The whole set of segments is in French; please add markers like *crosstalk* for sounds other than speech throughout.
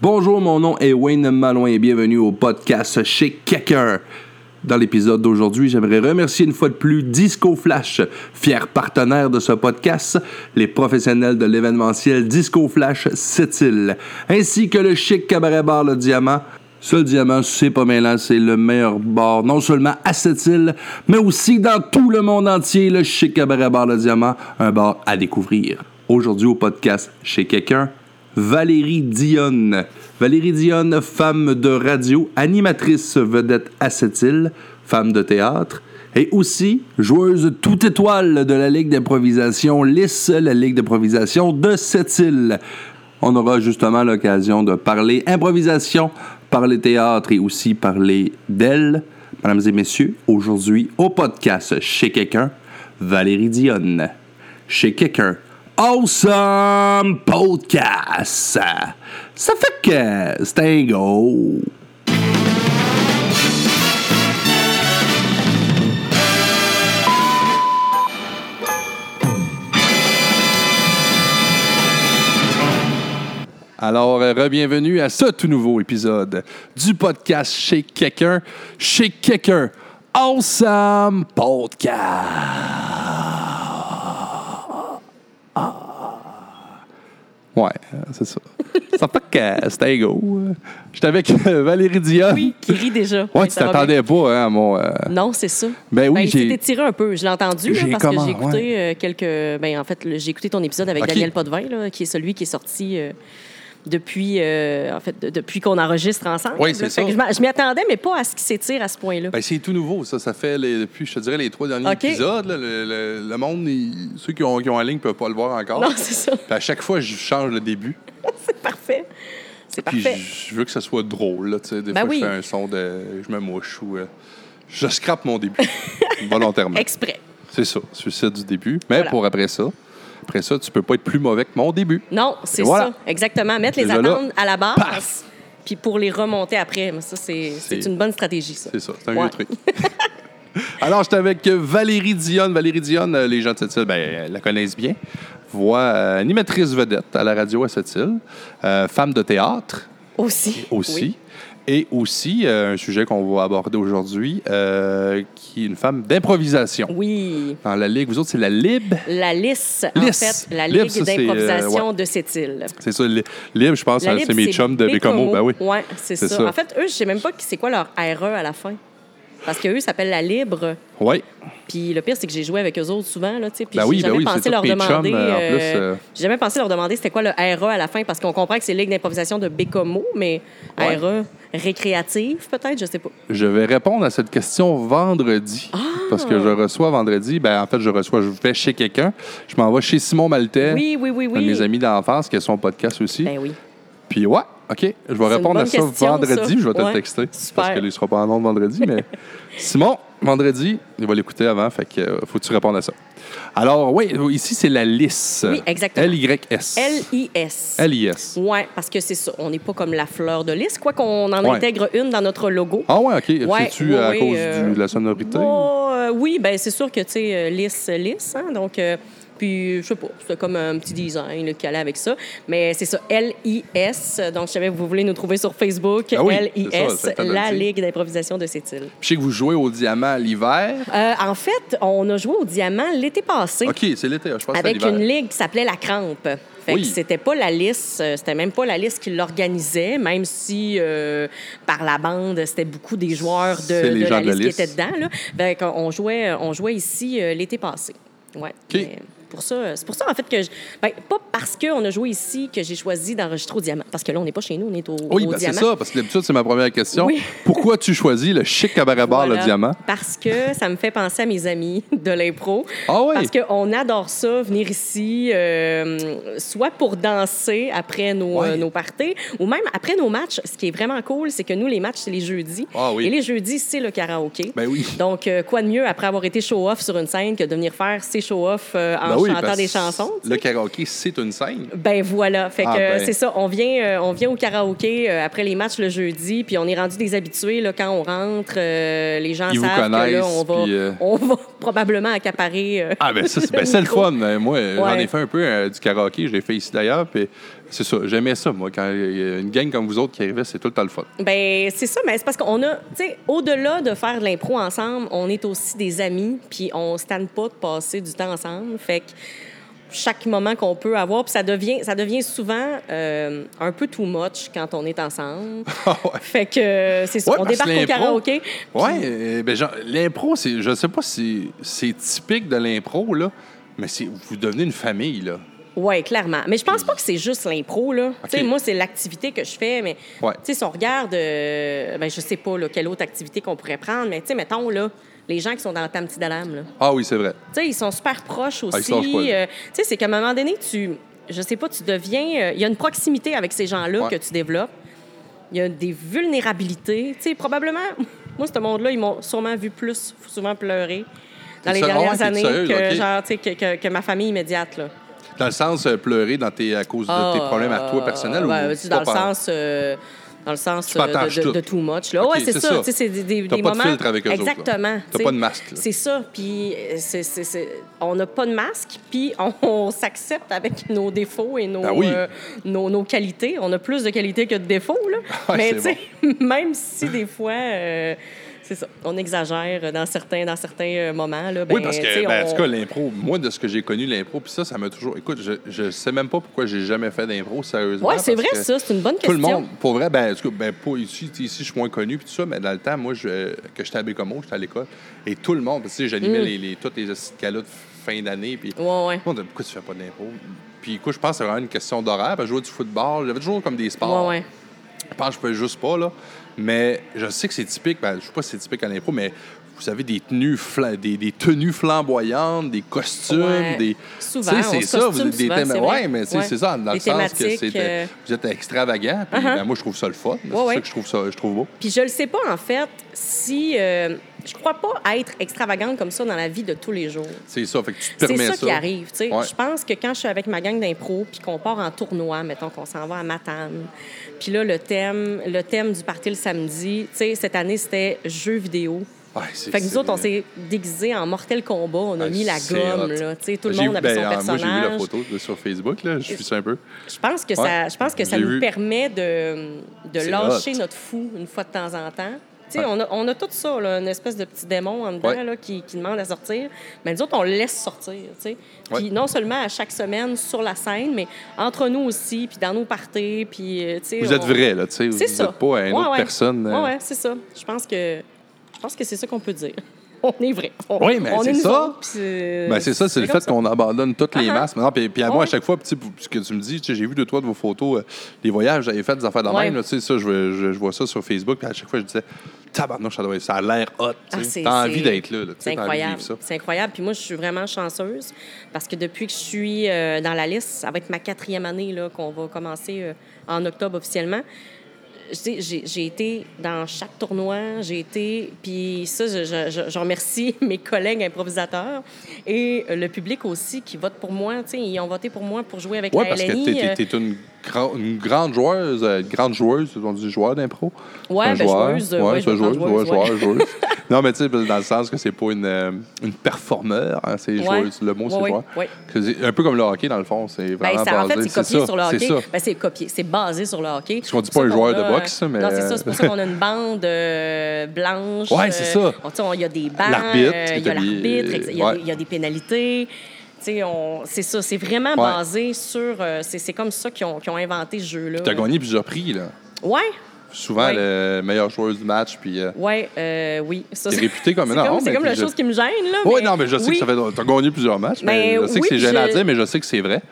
Bonjour, mon nom est Wayne Malouin et bienvenue au podcast chez Quelqu'un. Dans l'épisode d'aujourd'hui, j'aimerais remercier une fois de plus Disco Flash, fier partenaire de ce podcast, les professionnels de l'événementiel Disco Flash Sept-Îles, ainsi que le chic cabaret bar Le Diamant. Ce Diamant, c'est pas mêlant, c'est le meilleur bar, non seulement à Sept-Îles, mais aussi dans tout le monde entier, le chic cabaret bar Le Diamant, un bar à découvrir. Aujourd'hui au podcast chez quelqu'un, Valérie Dionne. Valérie Dionne, femme de radio, animatrice vedette à cette île, femme de théâtre, et aussi joueuse toute étoile de la Ligue d'improvisation LIS, la Ligue d'improvisation de cette île. On aura justement l'occasion de parler improvisation, parler théâtre et aussi parler d'elle. Mesdames et messieurs, aujourd'hui au podcast Chez quelqu'un, Valérie Dionne. Chez quelqu'un, Awesome Podcast. Ça fait que c'est un go. Alors, euh, re-bienvenue à ce tout nouveau épisode du podcast Chez Quelqu'un, Chez Quelqu'un, Awesome Podcast. Ouais, euh, c'est ça. ça fait que c'était go. J'étais avec euh, Valérie Dion. Oui, qui rit déjà. Ouais, Mais tu ça va t'attendais pas hein, à mon. euh, bien. Non, c'est ça. Ben oui, il j'ai- s'est étiré un peu. Je l'ai entendu là, J'ai parce comment, Ah, que j'ai écouté euh, quelques. Ben en fait, le- j'ai écouté ton épisode avec Ok. Daniel Potvin, là, qui est celui qui est sorti. euh, Depuis, euh, en fait, de- depuis qu'on enregistre ensemble. Oui, c'est là. ça. Fait que Je m'a- je m'y attendais, mais pas à ce qui s'étire à ce point-là. Ben, c'est tout nouveau, ça. Ça fait les- depuis, je te dirais, les trois derniers OK. épisodes. là, le, le- le monde, il- ceux qui ont, qui ont en ligne ne peuvent pas le voir encore. non, c'est ça. Puis à chaque fois, je change le début. *laughs* C'est parfait. C'est Puis parfait. je je veux que ça soit drôle. Là, tu sais. des Ben fois, oui. je fais un son de. Je me mouche ou. euh, je scrape mon *laughs* début. volontairement. Exprès. C'est ça. Suicide du début. Mais Voilà. pour après ça, après ça, tu peux pas être plus mauvais que mon début. Non, c'est Et voilà. ça. Exactement. Mettre les Déjà là, attentes à la base, paf! puis pour les remonter après. Mais ça, c'est c'est C'est- une bonne stratégie, ça. C'est ça, c'est un Ouais. vieux truc. *laughs* Alors, j'étais avec Valérie Dionne. Valérie Dionne, euh, les gens de cette île ben, euh, la connaissent bien. Voix euh, animatrice vedette à la radio à cette île. Euh, femme de théâtre Aussi. aussi. Oui. Et aussi, euh, un sujet qu'on va aborder aujourd'hui, euh, qui est une femme d'improvisation. oui. Dans la Ligue, vous autres, c'est la Lib. La LIS, en Lice. fait, la Lice, Ligue ça, c'est, d'improvisation euh, de cette île. C'est ça, Li- Lib, je pense, La hein, Lice, c'est mes chums de Bécomo. Ben oui. Ouais, c'est C'est ça. ça. En fait, eux, je sais même pas qui- c'est quoi leur RE à la fin. Parce qu'eux s'appellent la Libre. Oui. Puis le pire, c'est que j'ai joué avec eux autres souvent. Là, tu sais, puis Ben j'ai oui, ben jamais oui, c'est pensé tous leur mes chums, demander. euh, en plus, euh, euh, J'ai jamais pensé leur demander c'était quoi le RE à la fin parce qu'on comprend que c'est Ligue d'improvisation de Bécomo, mais Ouais. RE récréative, peut-être, je sais pas. Je vais répondre à cette question vendredi. Ah! Parce que je reçois vendredi, ben en fait, je reçois, je vais chez quelqu'un. Je m'en vais chez Simon Maltais, Oui, oui, oui, un de oui. mes amis d'enfance qui a son podcast aussi. Ben oui. Puis ouais, OK, je vais une répondre à bonne ça question, vendredi. ça. Je vais te le Ouais, texter. super. Parce que lui, il sera pas en ondes vendredi. *laughs* Mais Simon, vendredi, il va l'écouter avant. Fait que euh, faut que tu répondes à ça. Alors, oui, ici, c'est la LIS. Oui, exactement. L-Y-S. L-I-S. L-I-S. Oui, parce que c'est ça. On n'est pas comme la fleur de lys, quoi qu'on en Ouais. intègre une dans notre logo. Ah ouais, OK. Ouais, C'est-tu ouais, à ouais, cause du- euh, de la sonorité? Bon, euh, oui, ben c'est sûr que, tu sais, euh, lisse, lisse, hein, donc... euh, puis, je sais pas, c'était comme un petit design là, qui allait avec ça. Mais c'est ça, LIS. Donc, si jamais vous voulez nous trouver sur Facebook, Ah oui, c'est ça, LIS, c'est le temps de le la dire. Ligue d'improvisation de cette île. Je sais que vous jouez au diamant l'hiver. Euh, en fait, on a joué au Diamant l'été passé OK, c'est l'été. Je pense que c'est avec l'hiver. une ligue qui s'appelait La Crampe. Fait Oui. que c'était pas la liste, euh, c'était même pas la liste qui l'organisait, même si euh, par la bande, c'était beaucoup des joueurs de, C'est les de gens la de la liste liste. qui étaient dedans. Là. Fait qu'on- on jouait, on jouait ici euh, l'été passé. Ouais. Mais Pour ça, euh, c'est pour ça, en fait, que je. ben, pas parce qu'on a joué ici que j'ai choisi d'enregistrer au Diamant. Parce que là, on n'est pas chez nous, on est au, Oui, au ben, c'est Diamant. ça, parce que d'habitude, c'est ma première question. Oui. Pourquoi tu choisis le chic cabaret bar, Voilà. le diamant? Parce que ça me fait penser à mes amis de l'impro. Ah oui? Parce qu'on adore ça, venir ici, euh, soit pour danser après nos, Ouais. euh, nos parties, ou même après nos matchs. Ce qui est vraiment cool, c'est que nous, les matchs, c'est les jeudis. Ah oui. Et les jeudis, c'est le karaoké. Ben oui. Donc, euh, quoi de mieux après avoir été show-off sur une scène que de venir faire ses show-off euh, en Ben oui, chantant parce des chansons? tu Le karaoké, c'est une scène. ben voilà, fait que Ah, ben. euh, c'est ça, on vient, euh, on vient au karaoké euh, après les matchs le jeudi, puis on est rendu des habitués là, quand on rentre, euh, les gens Ils vous savent que connaissent, là on va, puis, euh, on va *laughs* probablement accaparer. euh, Ah, ben ça, c'est ben, c'est le micro. fun. Euh, Moi, euh, j'en Ouais. ai fait un peu euh, du karaoké. Je l'ai fait ici d'ailleurs. Puis C'est ça, j'aimais ça, moi. Quand il y a une gang comme vous autres qui arrivait, c'est tout le temps le fun. Ben c'est ça, mais c'est parce qu'on a, tu sais, au-delà de faire de l'impro ensemble, on est aussi des amis, puis on se tanne pas de passer du temps ensemble. Fait que chaque moment qu'on peut avoir, puis ça devient, ça devient souvent euh, un peu too much quand on *laughs* est ensemble. *laughs* Ah ouais. Fait que euh, c'est ça, Ouais, on parce que débarque au l'impro- karaoké. Ouais, euh, ben genre, l'impro, c'est, je sais pas si c'est typique de l'impro, là, mais c'est, vous devenez une famille, là. Oui, clairement. Mais je pense pas que c'est juste l'impro, là. OK. Tu sais, moi, c'est l'activité que je fais, mais Ouais. tu sais, si on regarde, euh, ben, je sais pas là, quelle autre activité qu'on pourrait prendre, mais tu sais, mettons, là, les gens qui sont dans la Tamti d'Alam, là. Ah oui, c'est vrai. Tu sais, ils sont super proches Ah, ils aussi. se lâchent pas, là. Euh, tu sais, c'est qu'à un moment donné, tu, je sais pas, tu deviens, euh, il y a une proximité avec ces gens-là Ouais. que tu développes. Il y a des vulnérabilités. Tu sais, probablement, moi, ce monde-là, ils m'ont sûrement vu plus souvent pleurer dans les T'es sérieux? Ah ouais, dernières t'es années sérieuse, que, OK. genre, tu sais, que, que- que ma famille immédiate, là. Dans le sens euh, pleurer dans tes, à cause de tes problèmes à toi personnels Ah, ou ben, Ah, tu sais, dans le pas par- sens euh, dans le sens Tu euh, partages de, de- tout. de too much là Ok, ouais c'est c'est ça, ça. tu sais c'est des, des, T'as des pas de moments filtre avec eux autres, là. exactement T'as tu sais. pas de masque, là. c'est ça puis euh, c'est- c'est- c'est- on n'a pas de masque puis *laughs* on, on s'accepte avec nos défauts et nos, euh, Ben oui. nos, nos qualités on a plus de qualités que de défauts là *laughs* Ouais, mais tu c'est sais *laughs* même si des fois euh, c'est ça on exagère dans certains dans certains euh, moments là ben, oui, parce tu sais, que, ben, en on- tout cas, l'impro, moi, de ce que j'ai connu, l'impro, puis ça, ça m'a toujours. Écoute, je, je sais même pas pourquoi j'ai jamais fait d'impro, sérieusement. ouais c'est parce vrai que ça c'est une bonne Tout question le monde, pour vrai, ben, en tout cas, ben, pas ici, tu sais, ici, je suis moins connu, puis tout ça, mais dans le temps, moi, je, que j'étais à Bécomo, j'étais à l'école, et tout le monde, tu sais, j'animais les, les, toutes les hosties de galas de fin d'année, puis. Mm. ouais ouais Tout le monde disait, pourquoi tu fais pas d'impro? Puis, écoute, je pense que c'est vraiment une question d'horaire, parce que je jouais du football, j'avais toujours comme des sports. ouais ouais Je pense que je peux juste pas, là. Mais je sais que c'est typique, ben, je sais pas si c'est typique à l'impro, mais vous avez des tenues, fla- des, des tenues flamboyantes, des costumes, Ouais. des. Souvent, Tu sais, on c'est se ça, vous costume êtes des souvent, thèmes. c'est vrai. Ouais, mais tu sais, Ouais. c'est ça, dans le Des sens que thématiques, c'est. euh, Uh-huh. Vous êtes extravagant, puis ben, moi, je trouve ça le fun. c'est ouais. ça que je trouve, ça, je trouve beau. Puis je le sais pas, en fait, si... euh, je crois pas être extravagante comme ça dans la vie de tous les jours. C'est ça, fait que tu te C'est permets ça, ça. qui arrive, tu sais. Ouais. Je pense que quand je suis avec ma gang d'impro, puis qu'on part en tournoi, mettons qu'on s'en va à Matane, puis là, le thème, le thème du party le samedi, tu sais, cette année, c'était jeux vidéo. Ouais, c'est- Fait que nous autres, on c'est- s'est déguisés en mortel combat. On a Ah, mis la c'est gomme, hot. là. Tu sais, tout le J'ai monde vu- avait son ben, ah, personnage. Moi, j'ai vu la photo de- sur Facebook, là, je suis ça un peu. Je pense que ça, Ouais. je pense que ça J'ai nous vu. permet de, de C'est lâcher hot. notre fou une fois de temps en temps. Tu sais, Ouais. on, a, on a tout ça, là, une espèce de petit démon en dedans Ouais. là, qui, qui demande à sortir. Mais nous autres, on le laisse sortir. tu sais. Puis Ouais. non seulement à chaque semaine sur la scène, mais entre nous aussi, puis dans nos parties. Puis, euh, tu sais, Vous êtes on- vrai, là, tu sais. Vous C'est ça. n'êtes pas une Ouais, autre ouais. personne. Ouais, euh, ouais, c'est ça. Je pense que, je pense que c'est ça qu'on peut dire. *laughs* On est vrai. On- Oui, mais on c'est nous ça. autres, puis Euh, c'est Ben, c'est ça, c'est le comme fait qu'on abandonne toutes les Ah-ha. masques. maintenant. puis, puis à moi, Ouais. à chaque fois, puis, tu sais, pour- ce que tu me dis, tu sais, j'ai vu deux, trois de vos photos, euh, les voyages, j'avais fait des affaires de Ouais. même. là, tu sais, ça, je, je- je vois ça sur Facebook, puis à chaque fois, je disais, tabarnouche, ça, doit être- ça a l'air hot. tu Ah, sais. c'est- T'as c'est- envie d'être là. là, tu sais, C'est t'as envie de incroyable. vivre ça. C'est incroyable. Puis moi, je suis vraiment chanceuse parce que depuis que je suis euh, dans la liste, ça va être ma quatrième année là, qu'on va commencer euh, en octobre officiellement. Je sais, J'ai j'ai été dans chaque tournoi, j'ai été. Puis ça, je, je- je- je remercie *laughs* mes collègues improvisateurs et euh, le public aussi qui vote pour moi. Tu sais, ils ont voté pour moi pour jouer avec Oui, la parce que LNI, t'es, euh, t'es- t'es une, grand- une grande joueuse, euh, grande joueuse, on dit joueur d'impro. Ouais, Un ben, joueuse, euh, ouais, c'est je joueuse, vais prendre joueuse, ouais, joueur, joueuse. Non, mais tu sais, dans le sens que c'est pas une, euh, une performeur, hein, c'est Ouais. joueuse, le mot, c'est euh, Ouais, joueur. ouais. Que c'est un peu comme le hockey, dans le fond, c'est Ben, vraiment ça, en fait, basé- c'est copié ça, sur le c'est hockey. ça. Ben, c'est copié, c'est basé sur le hockey. Parce qu'on dit C'est pas pour un joueur ça qu'on de a- boxe, mais- Non, c'est ça. C'est pour ça qu'on a une bande euh, blanche. euh, Ouais, c'est ça. on- tu sais, on- Il y a des bancs, L'arbitre, euh, il y t'as a mis- l'arbitre, ex- il y a ouais. des- il y a des pénalités. Tu sais, on- C'est ça, c'est vraiment basé sur... euh, c'est c'est comme ça qu'ils ont, qu'ils ont inventé ce jeu-là. T'as gagné plusieurs prix, là. Ouais, Souvent, Ouais. le meilleur joueur du match, puis... euh, ouais, euh, oui. Ça, T'es c'est- réputé comme- *laughs* C'est non, comme, mais c'est comme puis la je- chose qui me gêne, là. Oui, mais- non, mais je sais oui. que ça fait. T'as gagné plusieurs matchs, mais, Ben je sais que oui, c'est gênant à je- dire, mais je sais que c'est vrai.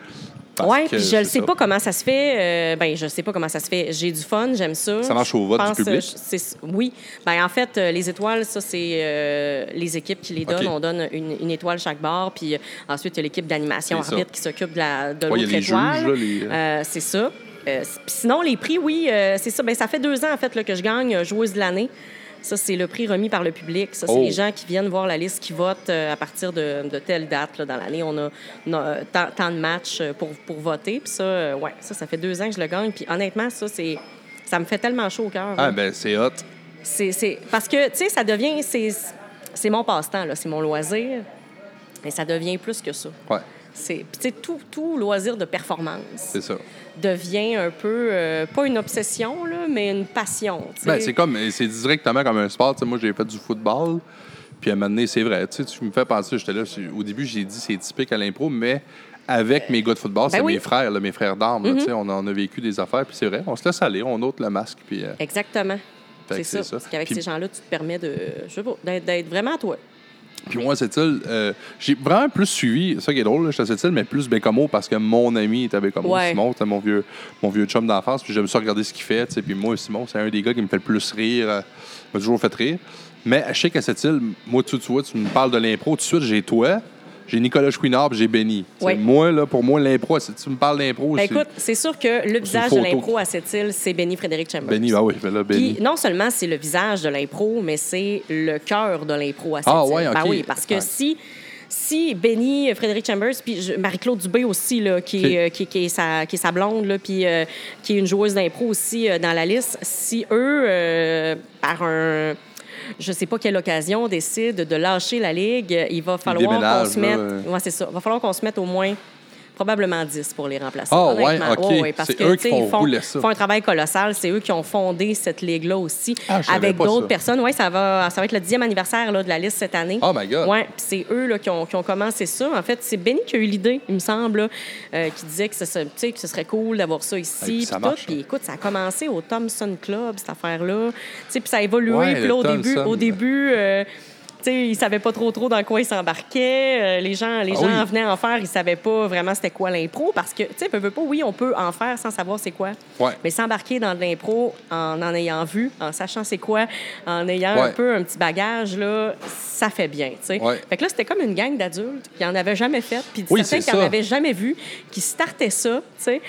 parce Oui, que puis je ne c'est sais ça. pas comment ça se fait. euh, ben, je sais pas comment ça se fait. J'ai du fun, j'aime ça. Ça marche au Je vote du pense, public? euh, je- c'est- oui. Ben, en fait, euh, les étoiles, ça, c'est euh, les équipes qui les donnent. OK. On donne une, une étoile chaque barre. Puis euh, ensuite, il y a l'équipe d'animation C'est ça. arbitre qui s'occupe de, la, de Ouais, il y a l'autre les étoile. juges, là, les- Euh, c'est ça. Euh, c- puis sinon, les prix, oui, euh, c'est ça. Ben, ça fait deux ans, en fait, là, que je gagne euh, joueuse de l'année. Ça, c'est le prix remis par le public. Ça, c'est Oh. les gens qui viennent voir la liste qui votent euh, à partir de, de telle date là, dans l'année. On a, on a, euh, tant, tant de matchs euh, pour, pour voter. Puis ça, euh, ouais, ça, ça fait deux ans que je le gagne. Puis honnêtement, ça, c'est... Ça me fait tellement chaud au cœur. là. Ah, ben, c'est hot. C'est- c'est- parce que, tu sais, ça devient... C'est c'est mon passe-temps, là. C'est mon loisir. Mais ça devient plus que ça. Ouais. C'est, puis tu sais, tout, tout loisir de performance C'est ça. devient un peu, euh, pas une obsession, là, mais une passion. tu sais. Ben, c'est comme, c'est directement comme un sport. Tu sais, moi, j'ai fait du football. Puis à un moment donné, c'est vrai. Tu sais, tu me fais penser, j'étais là. c'est- Au début, j'ai dit c'est typique à l'impro, mais avec mes gars de football, c'est Euh, ben oui. Mm-hmm. mes frères, là, mes frères d'armes. là, tu sais, On en a vécu des affaires. Puis c'est vrai, on se laisse aller, on ôte le masque. Puis euh, Exactement. Fait que C'est c'est ça. ça. Parce qu'avec Puis- ces gens-là, tu te permets de, je sais pas, d'être, d'être vraiment toi. Puis moi, cette île, euh, j'ai vraiment plus suivi, c'est ça qui est drôle, là, j'étais à cette île, mais plus Bécamo parce que mon ami était à Bécamo, Ouais. Simon, c'était mon vieux, mon vieux chum d'enfance, puis j'aime ça regarder ce qu'il fait, tu sais, puis moi, Simon, c'est un des gars qui me fait le plus rire, euh, m'a toujours fait rire. Mais je sais qu'à cette île, moi, tu, tu vois, tu me parles de l'impro, tout de suite, j'ai toi, j'ai Nicolas Chouinard, puis j'ai Benny. Tu sais, Ouais. Moi, là, pour moi, l'impro, si tu me parles d'impro, Ben, c'est écoute, c'est sûr que le visage de photo. l'impro à cette île, c'est Benny Frédéric Chambers. Benny, ah oui, ben là, Benny. Puis non seulement c'est le visage de l'impro, mais c'est le cœur de l'impro à cette Ah, île. ouais, Ben OK. oui, parce que Ouais. si, si Benny, Frédéric Chambers, puis je- Marie-Claude Dubé aussi, là, qui, OK. est, euh, qui, qui est sa, qui est sa blonde, là, puis euh, qui est une joueuse d'impro aussi euh, dans la liste, si eux, euh, par un... Je sais pas quelle occasion décident de lâcher la ligue, il va falloir qu'on déménagent, se là, mette. euh. Ouais, c'est ça. Il va falloir qu'on se mette au moins probablement 10 pour les remplacer. Ah, honnêtement. ouais, OK. Ouais, ouais, parce C'est que, eux tu sais, qui font ils font, rouler ça. font un travail colossal. C'est eux qui ont fondé cette ligue-là aussi. Ah, je savais avec pas d'autres ça. personnes. Oui, ça va, ça va être le dixième anniversaire là, de la liste cette année. Oh my God. Ouais, puis c'est eux là, qui, ont, qui ont commencé ça. En fait, c'est Benny qui a eu l'idée, il me semble, là, euh, qui disait que, ce serait- tu sais, que ce serait cool d'avoir ça ici. puis ça puis marche, tout. Puis hein. écoute, ça a commencé au Thompson Club, cette affaire-là. Tu sais, Puis ça a évolué. Ouais, puis le là, au début, Thompson. au début euh, tu sais, ils savaient pas trop trop dans quoi ils s'embarquaient. Euh, les gens, les Ah gens oui. venaient en faire, ils savaient pas vraiment c'était quoi l'impro parce que, tu sais, peu, peu, pas, oui, on peut en faire sans savoir c'est quoi. Ouais. Mais s'embarquer dans de l'impro en en ayant vu, en sachant c'est quoi, en ayant un Ouais. peu un petit bagage, là, ça fait bien, tu sais. Ouais. Fait que là, c'était comme une gang d'adultes qui en avaient jamais fait, puis Oui, certains c'est qui en ça. avaient jamais vu, qui startaient ça, tu sais.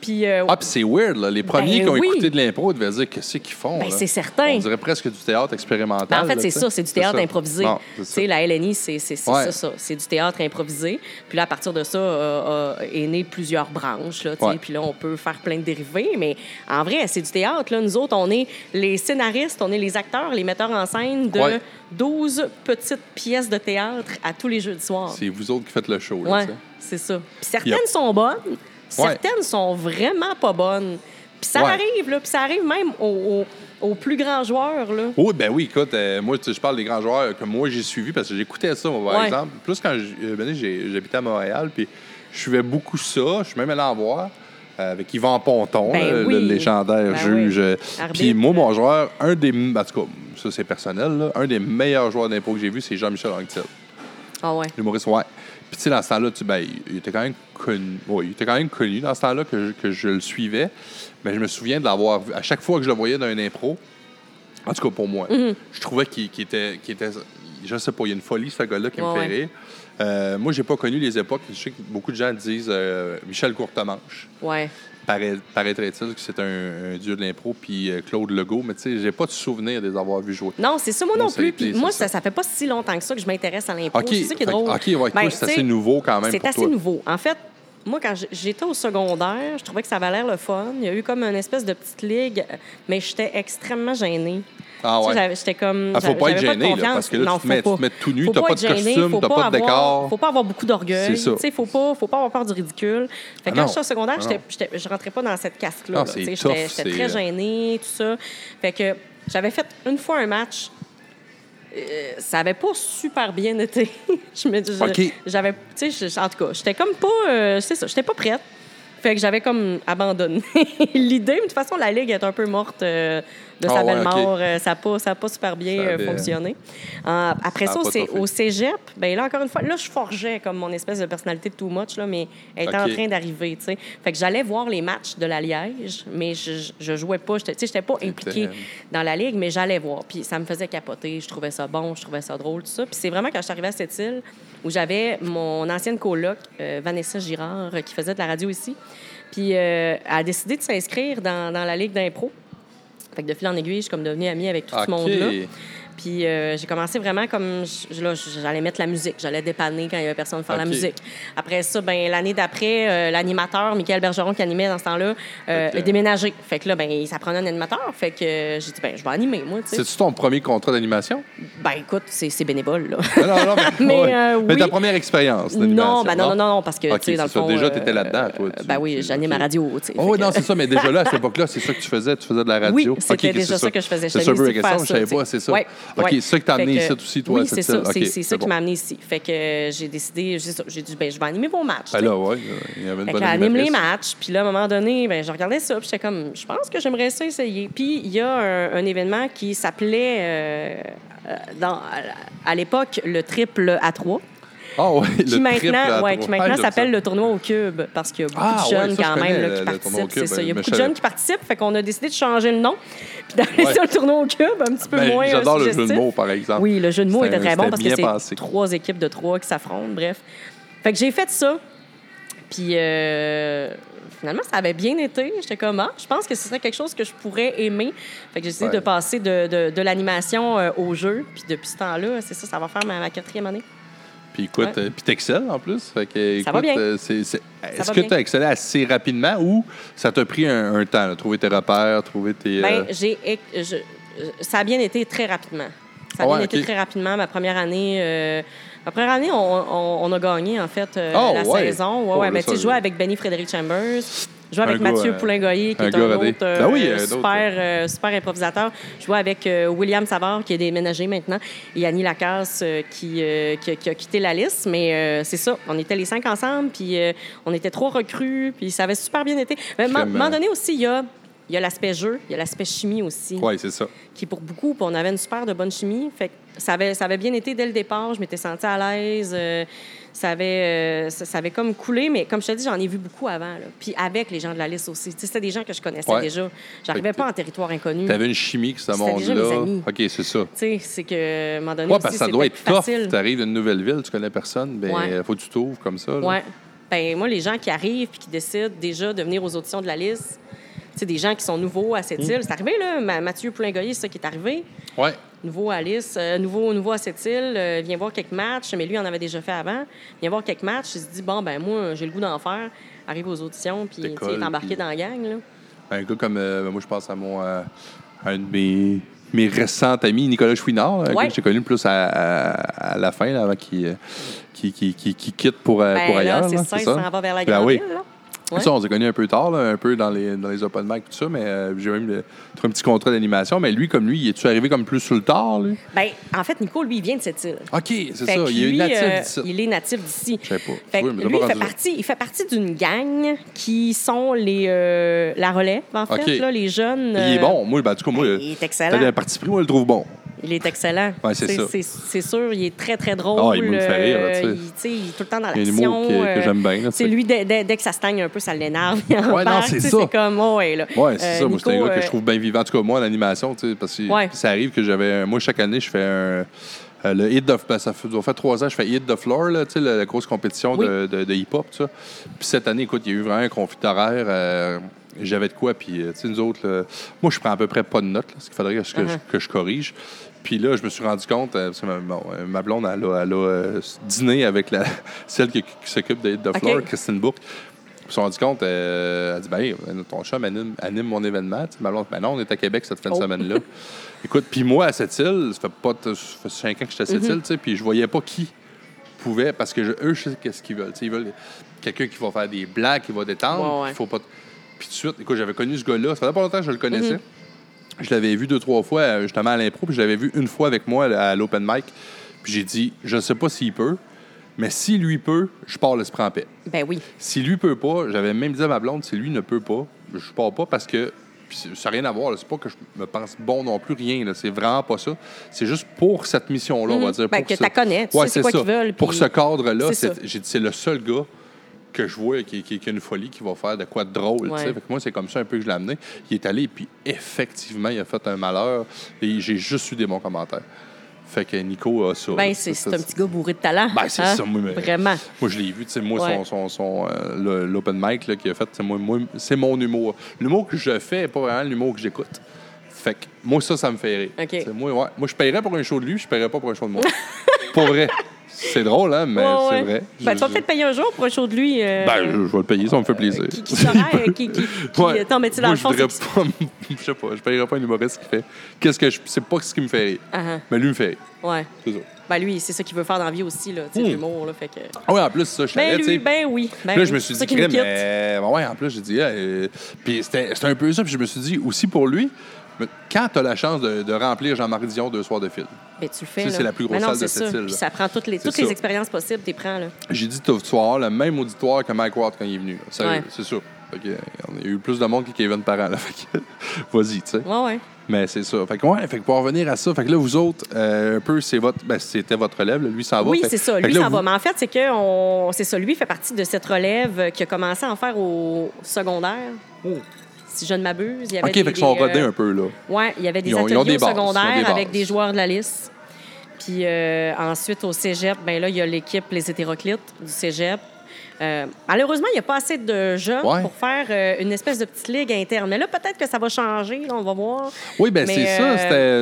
Puis, euh, Ah, puis c'est weird, là. Les premiers Ben qui ont oui. écouté de l'impro devaient dire qu'est-ce qu'ils font. Ben, là? c'est certain. On dirait presque du théâtre expérimental. Ben, en fait, là, c'est tu sais. ça, c'est du théâtre ça. improvisé. Bon, Tu c'est sais, ça. la LNI, c'est c'est- c'est Ouais. ça, ça. C'est du théâtre improvisé. Puis là, à partir de ça, euh, euh, est né plusieurs branches. Là, tu sais. Ouais. Puis là, on peut faire plein de dérivés. Mais en vrai, c'est du théâtre. Là. Nous autres, on est les scénaristes, on est les acteurs, les metteurs en scène de Ouais. 12 petites pièces de théâtre à tous les jeudis soirs. C'est vous autres qui faites le show. là, Ouais, tu sais. c'est ça. Puis certaines Yep. sont bonnes, certaines sont vraiment pas bonnes. Puis ça Ouais. arrive, là. Puis ça arrive même aux, aux- aux plus grands joueurs, là. Oui, ben oui, écoute, euh, moi, tu sais, je parle des grands joueurs que moi, j'ai suivi parce que j'écoutais ça, moi, par Ouais. exemple. Plus quand j'- euh, ben, j'ai- j'habitais à Montréal, puis je suivais beaucoup ça. Je suis même allé en voir euh, avec Yvan Ponton, Ben là, oui. le légendaire Ben juge. oui. euh, Arbitre. Puis moi, mon joueur, un des... m- En tout cas, ça, c'est personnel, là, un des meilleurs joueurs d'impro que j'ai vu, c'est Jean-Michel Anctil. Ah ouais. L'humoriste, ouais. Puis tu sais, dans ce temps-là, tu, ben, il- il était quand même connu. ouais, il était quand même connu dans ce temps-là que je, que je le suivais. Mais je me souviens de l'avoir vu. À chaque fois que je le voyais dans une impro, en tout cas pour moi, Mm-hmm. je trouvais qu'il qu'il était, qu'il était. Je sais pas, il y a une folie, ce gars-là, qui Ouais, me fait ouais. rire. Euh, moi, j'ai pas connu les époques. Je sais que beaucoup de gens disent euh, Michel Courtemanche. Ouais. Paraît- Paraîtrait-il que c'est un, un dieu de l'impro, puis euh, Claude Legault, mais tu sais, j'ai pas de souvenir de les avoir vus jouer. Non, c'est ça, moi Moi, non ça a plus. été, Puis c'est moi, ça. ça, ça fait pas si longtemps que ça que je m'intéresse à l'impro. OK, C'est ça qui est Fait- drôle. OK, ouais, Ben, toi, c'est tu sais, assez nouveau quand même. C'est pour assez toi. nouveau. En fait, moi, quand j- j'étais au secondaire, je trouvais que ça avait l'air le fun. Il y a eu comme une espèce de petite ligue, mais j'étais extrêmement gênée. Ah Tu sais, ouais. j'avais- J'étais comme. Ah, faut j'avais- pas être j'avais de gêné, là, confiance. parce que là, tu Non, te faut mets- tu pas. te mets tout nu, Faut t'as pas être de gêné, costume, faut t'as pas de avoir- décor. Faut pas avoir beaucoup d'orgueil. C'est ça. Tu sais, faut pas, faut pas avoir peur du ridicule. Ah Fait que quand non. j'étais au secondaire, Ah j'étais- non. j'étais- je rentrais pas dans cette caste-là. Ah, là. c'est Tu sais, tough, J'étais j'étais c'est- euh, très gênée, tout ça. Fait que j'avais fait une fois un match. euh, ça avait pas super bien été. *laughs* je me dis, je- OK. j'avais, tu sais, je- en tout cas, j'étais comme pas, euh, c'est ça, j'étais pas prête. Fait que j'avais comme abandonné *laughs* l'idée. Mais de toute façon, la ligue est un peu morte euh, de sa Ah ouais, belle OK. mort. Euh, ça n'a pas, ça a pas super bien Ça euh, avait- fonctionné. Euh, après Ça a ça, pas c'est trop fait. au cégep. Ben là, encore une fois, là, je forgeais comme mon espèce de personnalité de too much, là, mais elle était OK. en train d'arriver, tu sais. Fait que j'allais voir les matchs de la Liège, mais je, je jouais pas. J'étais- Tu sais, j'étais pas impliquée dans la ligue, mais j'allais voir. Puis ça me faisait capoter. Je trouvais ça bon, je trouvais ça drôle, tout ça. Puis c'est vraiment quand je suis arrivée à cette île où j'avais mon ancienne coloc, euh, Vanessa Girard, euh, qui faisait de la radio ici. Puis euh, elle a décidé de s'inscrire dans, dans la ligue d'impro. Fait que de fil en aiguille, je suis comme devenue amie avec tout OK. ce monde-là. Puis euh, j'ai commencé vraiment comme je- là, j'allais mettre la musique, j'allais dépanner quand il y avait personne pour faire OK. la musique. Après ça, ben l'année d'après, euh, l'animateur Michael Bergeron qui animait dans ce temps-là euh, Fait que- a déménagé. Fait que là, ben ça prenait un animateur. Fait que euh, j'ai dit ben je vais animer moi. tu sais. C'est-tu ton premier contrat d'animation? Ben écoute, c'est c'est bénévole là. Non, non, non, mais, Mais, ouais. euh, Mais ta oui. première expérience d'animation. Non, ben non, non, non, non, parce que Ok, tu sais dans le c'est ça. fond. Déjà, euh, t'étais là-dedans, toi, tu- ben oui, tu- j'anime ok. à radio. tu sais. Oh, oui, Fait que- non, c'est ça, mais déjà là, à cette époque-là, c'est ça que tu faisais, tu faisais de la radio. Oui, c'était Ok, ok, déjà c'est ça que je faisais. C'est J'étais ça, allée Burger ici pour faire Gaston, je savais tu sais. pas, c'est ça. Ouais, OK, ouais. c'est ça que t'as Fait amené que- ici aussi, toi, Oui, cette c'est ça. île. C'est Ok, c'est ça qui bon. m'a amené ici. Fait que euh, j'ai décidé, j'ai j'ai dit, ben, je vais animer mon match. tu Ben sais. là, ouais, il y avait une Fait bonne qu'elle anime les animatrice. matchs. Puis là, à un moment donné, ben, je regardais ça. Puis j'étais comme, je pense que j'aimerais ça essayer. Puis il y a un, un événement qui s'appelait, euh, euh, dans- à- à l'époque, le triple A3. Ah oui, le Qui triple à maintenant, ouais, trois. qui Ah, maintenant j'aime s'appelle le tournoi au cube, parce qu'il y a beaucoup Ah, de ouais, jeunes ça, je quand connais, même là, le- qui le tournoi au participent. cube, ben, C'est ça, il y mais a beaucoup de je savais- jeunes qui participent, fait qu'on a décidé de changer le nom, puis d'appeler Ouais. ça le tournoi au cube, un petit peu Ben, moins. euh, J'adore le jeu de suggestif. mots, par exemple. Oui, le jeu de mots C'était- était très bon c'était parce bien que pensé. c'est trois équipes de trois qui s'affrontent, bref. Fait que j'ai fait ça. Puis euh, finalement, ça avait bien été. J'étais comme, ah, je pense que ce serait quelque chose que je pourrais aimer. Fait que j'ai décidé Ouais. de passer de, de- de l'animation euh, au jeu. Puis depuis ce temps-là, c'est ça, ça va faire ma, ma quatrième année. Puis écoute, Ouais. euh, puis t'excelles en plus. Fait que, Ça va écoute, bien. euh, c'est- c'est- Est-ce va que bien. tu as excellé assez rapidement ou ça t'a pris un, un temps, là, trouver tes repères, trouver tes. Ben, euh, j'ai, éc- je- je- ça a bien été très rapidement. Ça a Ah ouais, bien ok. été très rapidement. Ma première année, euh, ma première année, on, on- on a gagné en fait euh, Oh, la ouais. saison. Ouais, Oh, ouais. là, Mais ça, tu sais, je jouais je- avec Benny Frédéric Chambers. Je jouais Un avec gars, Mathieu euh, Poulain-Goyer, qui un est gars un rodé. autre, euh, Ben oui, un autre. super, euh, super improvisateur. Je jouais avec euh, William Savard, qui est déménagé maintenant, et Annie Lacasse, euh, qui, euh, qui, a- qui a quitté la liste. Mais euh, c'est ça, on était les cinq ensemble, puis euh, on était trois recrues, puis ça avait super bien été. Mais à un Vraiment. moment donné aussi, il y a, il y a l'aspect jeu, il y a l'aspect chimie aussi, Oui, c'est ça. qui pour beaucoup, puis on avait une super de bonne chimie. Fait que ça avait, ça avait bien été dès le départ, je m'étais sentie à l'aise. euh, ça avait, euh, ça, ça avait comme coulé, mais comme je te dis, j'en ai vu beaucoup avant. là. Puis avec les gens de la liste aussi. Tu sais, C'était des gens que je connaissais Ouais. déjà. Fait J'arrivais que pas en territoire inconnu. Tu avais une chimie qui ce C'était déjà mes monde-là. amis. OK, c'est ça. Tu sais, c'est que à un moment donné, Ouais, aussi, parce que ça c'était doit plus être tough. facile. Tu arrives d'une nouvelle ville, tu connais personne, ben Ouais. faut que tu t'ouvres comme ça. là. Ouais. Ben moi, les gens qui arrivent puis qui décident déjà de venir aux auditions de la liste, tu sais, des gens qui sont nouveaux à cette Mm. île. C'est arrivé, là, Ma- Mathieu Poulin-Goyer, c'est ça qui est arrivé. Ouais. Nouveau à Alice, euh, nouveau, nouveau à cette île, euh, vient voir quelques matchs, mais lui en avait déjà fait avant. Vient voir quelques matchs, il se dit bon ben moi j'ai le goût d'en faire. Arrive aux auditions puis tu sais, il T'écoles, est embarqué puis- Euh, dans la gang là. Un gars comme. euh, moi, je pense à mon. euh, à un de mes, mes récents amis, Nicolas Chouinard, là, un Ouais. gars que j'ai connu plus à, à- à la fin, là, avant qu'il euh, qu'il- qu'il- qu'il- qu'il quitte pour, euh, Ben, pour là, ailleurs. c'est là, ça, il ça. s'en va vers la Ben grande oui. île, là. Ouais. Ça, on s'est connus un peu tard, là, un peu dans les, dans les open mic, tout ça, mais euh, j'ai même le- trouvé un petit contrat d'animation. Mais lui, comme lui, il est-tu arrivé comme plus sur le tard, lui? Ben en fait Nico lui il vient de cette île. OK, c'est Fait ça. que Il est lui, natif euh, d'ici. il est natif d'ici. Je sais pas. Fait que Oui, mais t'as pas lui, il fait, rendu là. partie, il fait partie d'une gang qui sont les, euh, la relève, en fait, OK. là, les jeunes. Il est euh, bon. Moi, ben, du coup, moi, Il est excellent. t'as un parti pris, moi, je le trouve bon. Il est excellent. Ouais, c'est C'est- ça. c'est- C'est sûr, il est très, très drôle. Ah, il me fait rire, là, tu sais. euh, il- tu sais, il est tout le temps dans Il y a un humour l'action. que- que j'aime bien, là, euh, C'est tu sais. lui, dès, dès- dès que ça se tagne un peu, ça l'énerve. il en Ouais, non, parle, c'est tu sais, ça. C'est comme, oh, ouais, là. Ouais, c'est Euh, ça. Moi, c'est un Nico, gars que euh, je trouve bien vivant. En tout cas, moi, en animation, tu sais, parce que Ouais. ça arrive que j'avais. Moi, chaque année, je fais un. euh, le hit de. ben, ça fait, ça fait trois ans, je fais hit de floor, là, tu sais, la, la grosse compétition de, de- de hip-hop, tout ça. Puis cette année, écoute, il y a eu vraiment un conflit d'horaire. euh, j'avais de quoi, puis, euh, tu sais, nous autres, là, moi, je prends à peu près pas de notes, là, ce qu'il faudrait que, je- que je, Uh-huh. que je corrige. Puis là, je me suis rendu compte, euh, parce que ma, bon, euh, ma blonde, elle a, elle a, euh, dîné avec la, *laughs* celle qui, qui s'occupe de hit de OK. floor, Christine Bourque. Ils se sont rendus compte, euh, elle dit ben, ton chum anime, anime mon événement. Tu sais, ma blonde, ben non, on est à Québec cette fin de Oh. *laughs* semaine-là. Écoute, puis moi, à cette île, ça fait pas t- ça fait cinq ans que j'étais à cette Mm-hmm. île, tu sais, puis je voyais pas qui pouvait, parce que je, eux, je sais qu'est-ce qu'ils veulent. Tu sais, ils veulent quelqu'un qui va faire des blagues, qui va détendre. Ouais, ouais. il faut pas t- Puis tout de suite, écoute, j'avais connu ce gars-là, ça faisait pas longtemps que je le connaissais. Mm-hmm. Je l'avais vu deux, trois fois, euh, justement, à l'impro, puis je l'avais vu une fois avec moi à l'open mic. Puis j'ai dit, je sais pas s'il peut, mais si lui peut, je pars l'esprit en paix. Ben oui. Si lui peut pas, j'avais même dit à ma blonde, si lui ne peut pas, je pars pas parce que puis c'est- ça n'a rien à voir. là. C'est pas que je me pense bon non plus, rien. là. C'est vraiment pas ça. C'est juste pour cette mission-là, on va Mhm. dire. Ben, pour que ce- t'as connais, tu sais c'est quoi ça. qu'ils veulent, Pour puis- ce cadre-là, C'est c'est- ça. j'ai dit, c'est le seul gars que je vois qui, qui- qui a une folie, qui va faire de quoi de drôle. tu sais. Ouais. Fait que moi, c'est comme ça un peu que je l'ai amené. Il est allé, puis effectivement, il a fait un malheur. Et j'ai juste eu des bons commentaires. Fait que Nico a ça. là. Ben, c'est c'est un petit gars bourré de talent. Ben, c'est hein? ça, moi, mais- Vraiment. Moi, je l'ai vu, tu sais, moi, Ouais. son, son, son, euh, le- l'open mic là, qu'il a fait, tu sais, moi, moi, c'est mon humour. L'humour que je fais est pas vraiment l'humour que j'écoute. Fait que moi, ça, ça me fait rire. OK. C'est Moi, ouais. moi, je paierais pour un show de lui, je paierais pas pour un show de moi. *laughs* pour vrai. C'est drôle, hein, mais Ouais, c'est ouais. vrai. Ben, Je- tu vas je- peut-être payer un jour pour un show de lui. euh, Ben, je, je vais le payer, ça me fait plaisir. qui, qui *laughs* t'aurait- qui, qui, qui- Ouais. Attends, euh, mais tu sais, dans Moi, le fond, je dirais c'est- pas, *laughs* je sais pas, je paierais pas un humoriste qui fait. Qu'est-ce que je. C'est pas ce qui me fait rire. Ah, Mais lui me fait rire. ah, ouais. C'est ça. Ben lui, c'est ça qu'il veut faire dans la vie aussi, là, tu sais, Hmm. l'humour, là, fait que... Ah ouais, en plus, ça, je savais, Ben tu sais. lui, ben oui. Ben Puis là, oui, je me suis c'est ça dit, qui nous crème, quitte. mais ben ouais, en plus, j'ai dit, ah, euh, puis c'était c'était un peu ça, puis je me suis dit, aussi pour lui, mais quand t'as la chance de, de remplir Jean-Marc Dion deux soirs de fil, Ben, tu le fais, Ça, là. c'est la plus grosse Ben non, salle de c'est cette ça. île, Puis là. ça prend toutes les, C'est toutes les ça. expériences possibles, tu les prends, là. j'ai dit, tu vas avoir le même auditoire que Mike Ward quand il est venu. là. Sérieux, Ouais. c'est sûr. Fait que, euh, on a eu plus de monde que Kevin Parent, là. *laughs* Fait que, vas-y, tu sais. Ouais, ouais. Mais c'est ça. Fait que, ouais, fait que pour revenir à ça, fait que là, vous autres, euh, un peu, c'est votre, ben, c'était votre relève, là. lui s'en va. Oui, Fait- c'est ça. fait que Lui là, s'en vous- va. Mais en fait, c'est que on... c'est ça. Lui fait partie de cette relève qui a commencé à en faire au secondaire. Si je ne m'abuse, il y avait Oh. OK, des, fait qu'ils sont des, euh, rodés un peu, là. Ouais, il y avait des Ils ont- ils ateliers ont des au bases, ils ont secondaire des avec bases. des joueurs de la liste. Puis euh, ensuite, au cégep, ben là, il y a l'équipe Les Hétéroclites du cégep. Euh, malheureusement, il n'y a pas assez de jeunes Ouais. pour faire euh, une espèce de petite ligue interne. Mais là, peut-être que ça va changer, là, on va voir. Oui, ben Mais, c'est euh,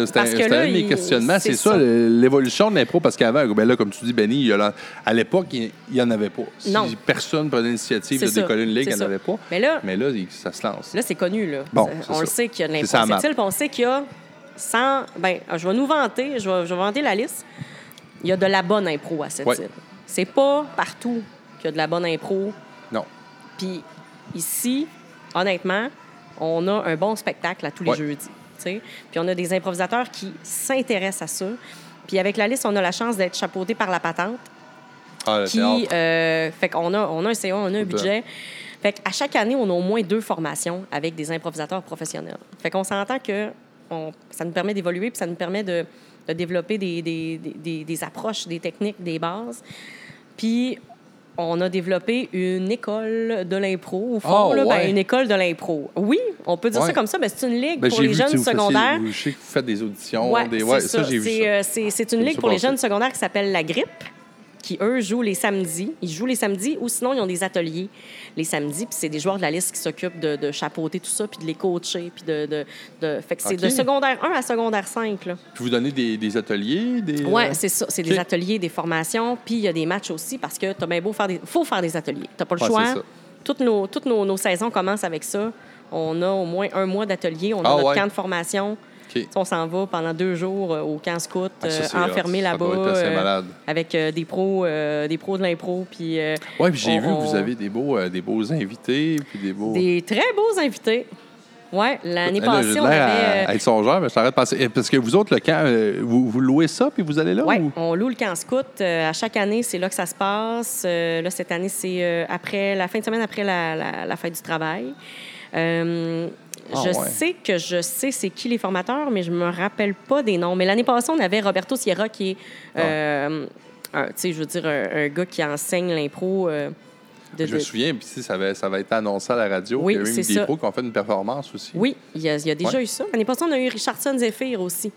ça, c'était- parce que c'était c'était là, un de mes il- questionnements. c'est C'est ça, ça. le- l'évolution de l'impro, parce qu'avant, ben là, comme tu dis, Benny, il y a la- à l'époque, il n'y en avait pas. Si Non. personne prenait l'initiative C'est de ça, décoller une ligue, c'est il n'y en ça. avait pas. Mais là- mais là il- ça se lance. Là, c'est connu, là. Bon, Ça- c'est on ça. le sait qu'il y a de C'est ça, la map. l'impôt subtil, puis on sait qu'il y a 100... Ben, je vais nous vanter, je vais, je vais vanter la liste. Il y a de la bonne impro à cette Ouais. île. C'est pas partout qu'il y a de la bonne impro. Non. Puis ici, honnêtement, on a un bon spectacle à tous les Ouais. jeudis. tu sais. Puis on a des improvisateurs qui s'intéressent à ça. Puis avec la liste, on a la chance d'être chapeauté par la patente. Ah, le Qui, théâtre. euh, fait qu'on a, on a un CA, on a un Tout budget. Fait qu'à chaque année, on a au moins deux formations avec des improvisateurs professionnels. Fait qu'on s'entend que on- ça nous permet d'évoluer puis ça nous permet de, de développer des, des- des- des- des approches, des techniques, des bases. Puis on a développé une école de l'impro, au fond, Oh, là, ben, ouais. une école de l'impro. Oui, on peut dire Ouais. ça comme ça, mais c'est une ligue Ben, pour j'ai les vu, jeunes tu sais, vous fassiez- secondaires. vous- Je sais que vous faites des auditions. Ouais, des, ouais c'est ça, ça. j'ai vu C'est, ça. euh, c'est- c'est une J'ai vu ligue ça pour les passer. jeunes secondaires qui s'appelle La Grippe, qui, eux, jouent les samedis. Ils jouent les samedis ou sinon, ils ont des ateliers les samedis. Puis c'est des joueurs de la liste qui s'occupent de, de chapeauter tout ça, puis de les coacher. Puis de, de, de- Fait que c'est Ok. de secondaire 1 à secondaire 5. Là. Puis vous donnez des, des ateliers, des... Ouais, euh, c'est ça. C'est OK. des ateliers, des formations, puis il y a des matchs aussi parce que t'as bien beau faire des. faut faire des ateliers. T'as pas le Ouais, choix. c'est ça. Toutes, nos, toutes nos, nos saisons commencent avec ça. On a au moins un mois d'atelier, on a Ah, notre ouais. camp de formation. OK. Tu sais, On s'en va pendant deux jours euh, au camp scout, Ah, ça, euh, c'est enfermé hot. Ça là-bas, doit être assez euh, malade. avec euh, des pros, euh, des pros de l'impro, puis euh, Ouais, puis j'ai on- vu que vous on- avez des beaux, euh, des beaux invités, puis des beaux... des très beaux invités. Ouais, l'année Oh. Là, passée, j'ai on l'air avait. euh, à- à être songeur, mais je t'arrête de penser. Eh, Parce que vous autres, le camp, euh, vous, vous louez ça, puis vous allez là? Oui, ou- on loue le camp scout. Euh, à chaque année, c'est là que ça se passe. Euh, là, cette année, c'est euh, après la fin de semaine après la, la- la fête du travail. Euh, Ah, je ouais. sais que je sais c'est qui les formateurs, mais je me rappelle pas des noms. Mais l'année passée, on avait Roberto Sierra qui est, Ah. euh, un- tu sais, je veux dire, un, un gars qui enseigne l'impro. euh, de, Je me de- souviens, puis si ça, avait, ça va être annoncé à la radio. Oui, il y a eu c'est des ça. pros qui ont fait une performance aussi. Oui, il y a, il y a déjà eu ça. L'année passée, on a eu Richardson Zephyr aussi,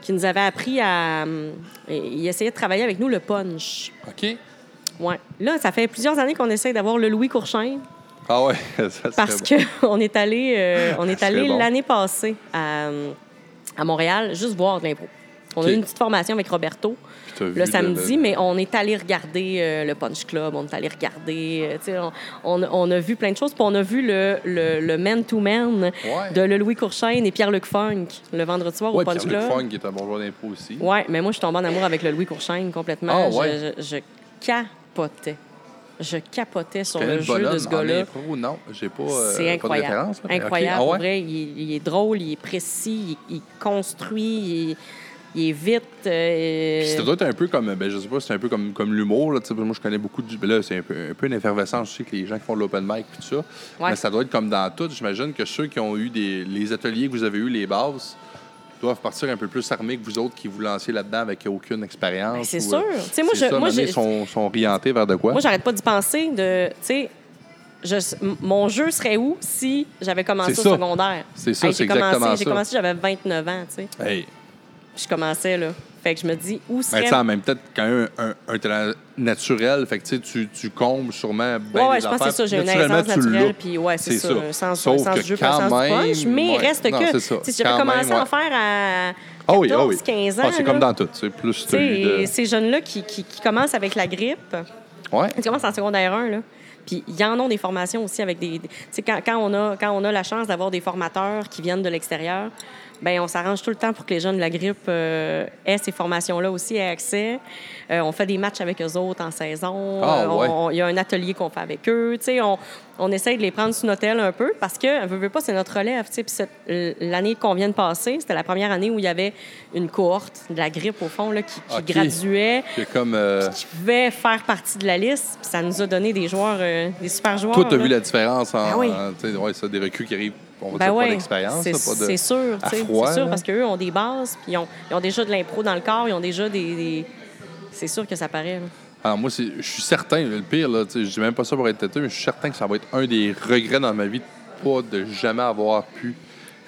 qui nous avait appris à. hum, Il essayait de travailler avec nous le punch. OK. Ouais. Là, ça fait plusieurs années qu'on essaie d'avoir le Louis Courchain Ah ouais, *laughs* ça serait parce bon. Ah, *laughs* qu'on est allé, euh, on est serait allé bon. l'année passée à, euh, à Montréal juste voir de l'impro. On OK. a eu une petite formation avec Roberto Puis t'as vu euh, le samedi, mais on est allé regarder euh, le Punch Club, on est allé regarder, euh, tu sais, on, on- on a vu plein de choses, puis on a vu le, le, le man-to-man Ouais. de le Louis Courchain et Pierre-Luc Funk le vendredi soir Ouais, au Punch puis Luc Club. Fong, qui est un bon joueur d'impro aussi. Ouais, mais moi, je suis tombée en amour avec le Louis Courchaine complètement. Ah, ouais. je, je- je capotais. Je capotais sur Quel le jeu bonhomme de ce gars-là. En impro, non, j'ai pas, euh, C'est pas de incroyable. référence. là, mais OK. incroyable. Ah pour ouais? vrai, il, il est drôle, il est précis, il, il construit, il, il est vite. euh, Puis ça doit être un peu comme, ben, je sais pas, c'est un peu comme, comme l'humour. Là, tu sais, moi, je connais beaucoup du. ben là, c'est un peu, un peu une effervescence. Je sais que les gens qui font de l'open mic puis tout ça. Ouais. Mais ça doit être comme dans tout. J'imagine que ceux qui ont eu des, les ateliers que vous avez eu, les bases, doivent partir un peu plus armés que vous autres qui vous lancez là-dedans avec aucune expérience. Ben, c'est ou, sûr. euh, Tu sais, moi, c'est je- ça, moi, à un moment donné, j'ai- sont, sont orientés vers de quoi? Moi, j'arrête pas d'y penser. De, tu sais, je- m- mon jeu serait où si j'avais commencé C'est ça. au secondaire? C'est ça, Hey, c'est j'ai commencé- exactement J'ai ça. commencé, j'avais 29 ans, tu sais. Hey, Puis je commençais, là. Fait que je me dis, où Mais serait... tu sais, en même temps, quand même un, un, un talent naturel, fait que tu sais, tu, tu combes sûrement bien Ouais, ouais, Ben, les je pense que affaires. c'est ça. J'ai une Naturellement, aisance tu naturelle, l'as. puis ouais, c'est ça. Un sens, Sauf un sens que du jeu, puis quand un sens même, du punch. Mais ouais. reste Non, que, c'est tu ça. sais, si j'avais Quand même, commencé à en ouais. faire à 14, Ah oui, ah oui. 15 ans, Ah, c'est là, comme dans tout, tu sais, plus tu tu as sais, eu de... ces jeunes-là qui, qui, qui commencent avec la grippe, Ouais. ils commencent en secondaire 1, là. Puis il y en a des formations aussi avec des... des- Tu sais, quand, quand, on a- quand on a la chance d'avoir des formateurs qui viennent de l'extérieur, ben on s'arrange tout le temps pour que les jeunes de la grippe euh, aient ces formations-là aussi, aient accès. Euh, on fait des matchs avec eux autres en saison. Ah, Euh, on- ouais. on- Il y a un atelier qu'on fait avec eux. Tu sais, on, on essaye de les prendre sous notre aile un peu parce que, veux, veux pas, c'est notre relève. Tu sais, puis cette- l'année qu'on vient de passer, c'était la première année où il y avait une cohorte de la grippe, au fond, là, qui, qui Ok. graduait Il y a comme... euh, qui pouvaient faire partie de la liste. Puis ça nous a donné des joueurs, euh, des super joueurs. Toi, tu as là. vu la différence en... Ben oui. en- tu sais, ouais, ça, des recrues qui arrivent, on va Ben dire, ouais, pas d'expérience, c'est là, pas de... c'est sûr, à tu sais, froid, c'est sûr là. parce qu'eux ont des bases, puis ils ont, ils ont déjà de l'impro dans le corps, ils ont déjà des, des- c'est sûr que ça paraît. là. Alors moi, c'est- je suis certain, le pire, là, tu sais, je dis même pas ça pour être têteux, mais je suis certain que ça va être un des regrets dans ma vie, de pas de jamais avoir pu,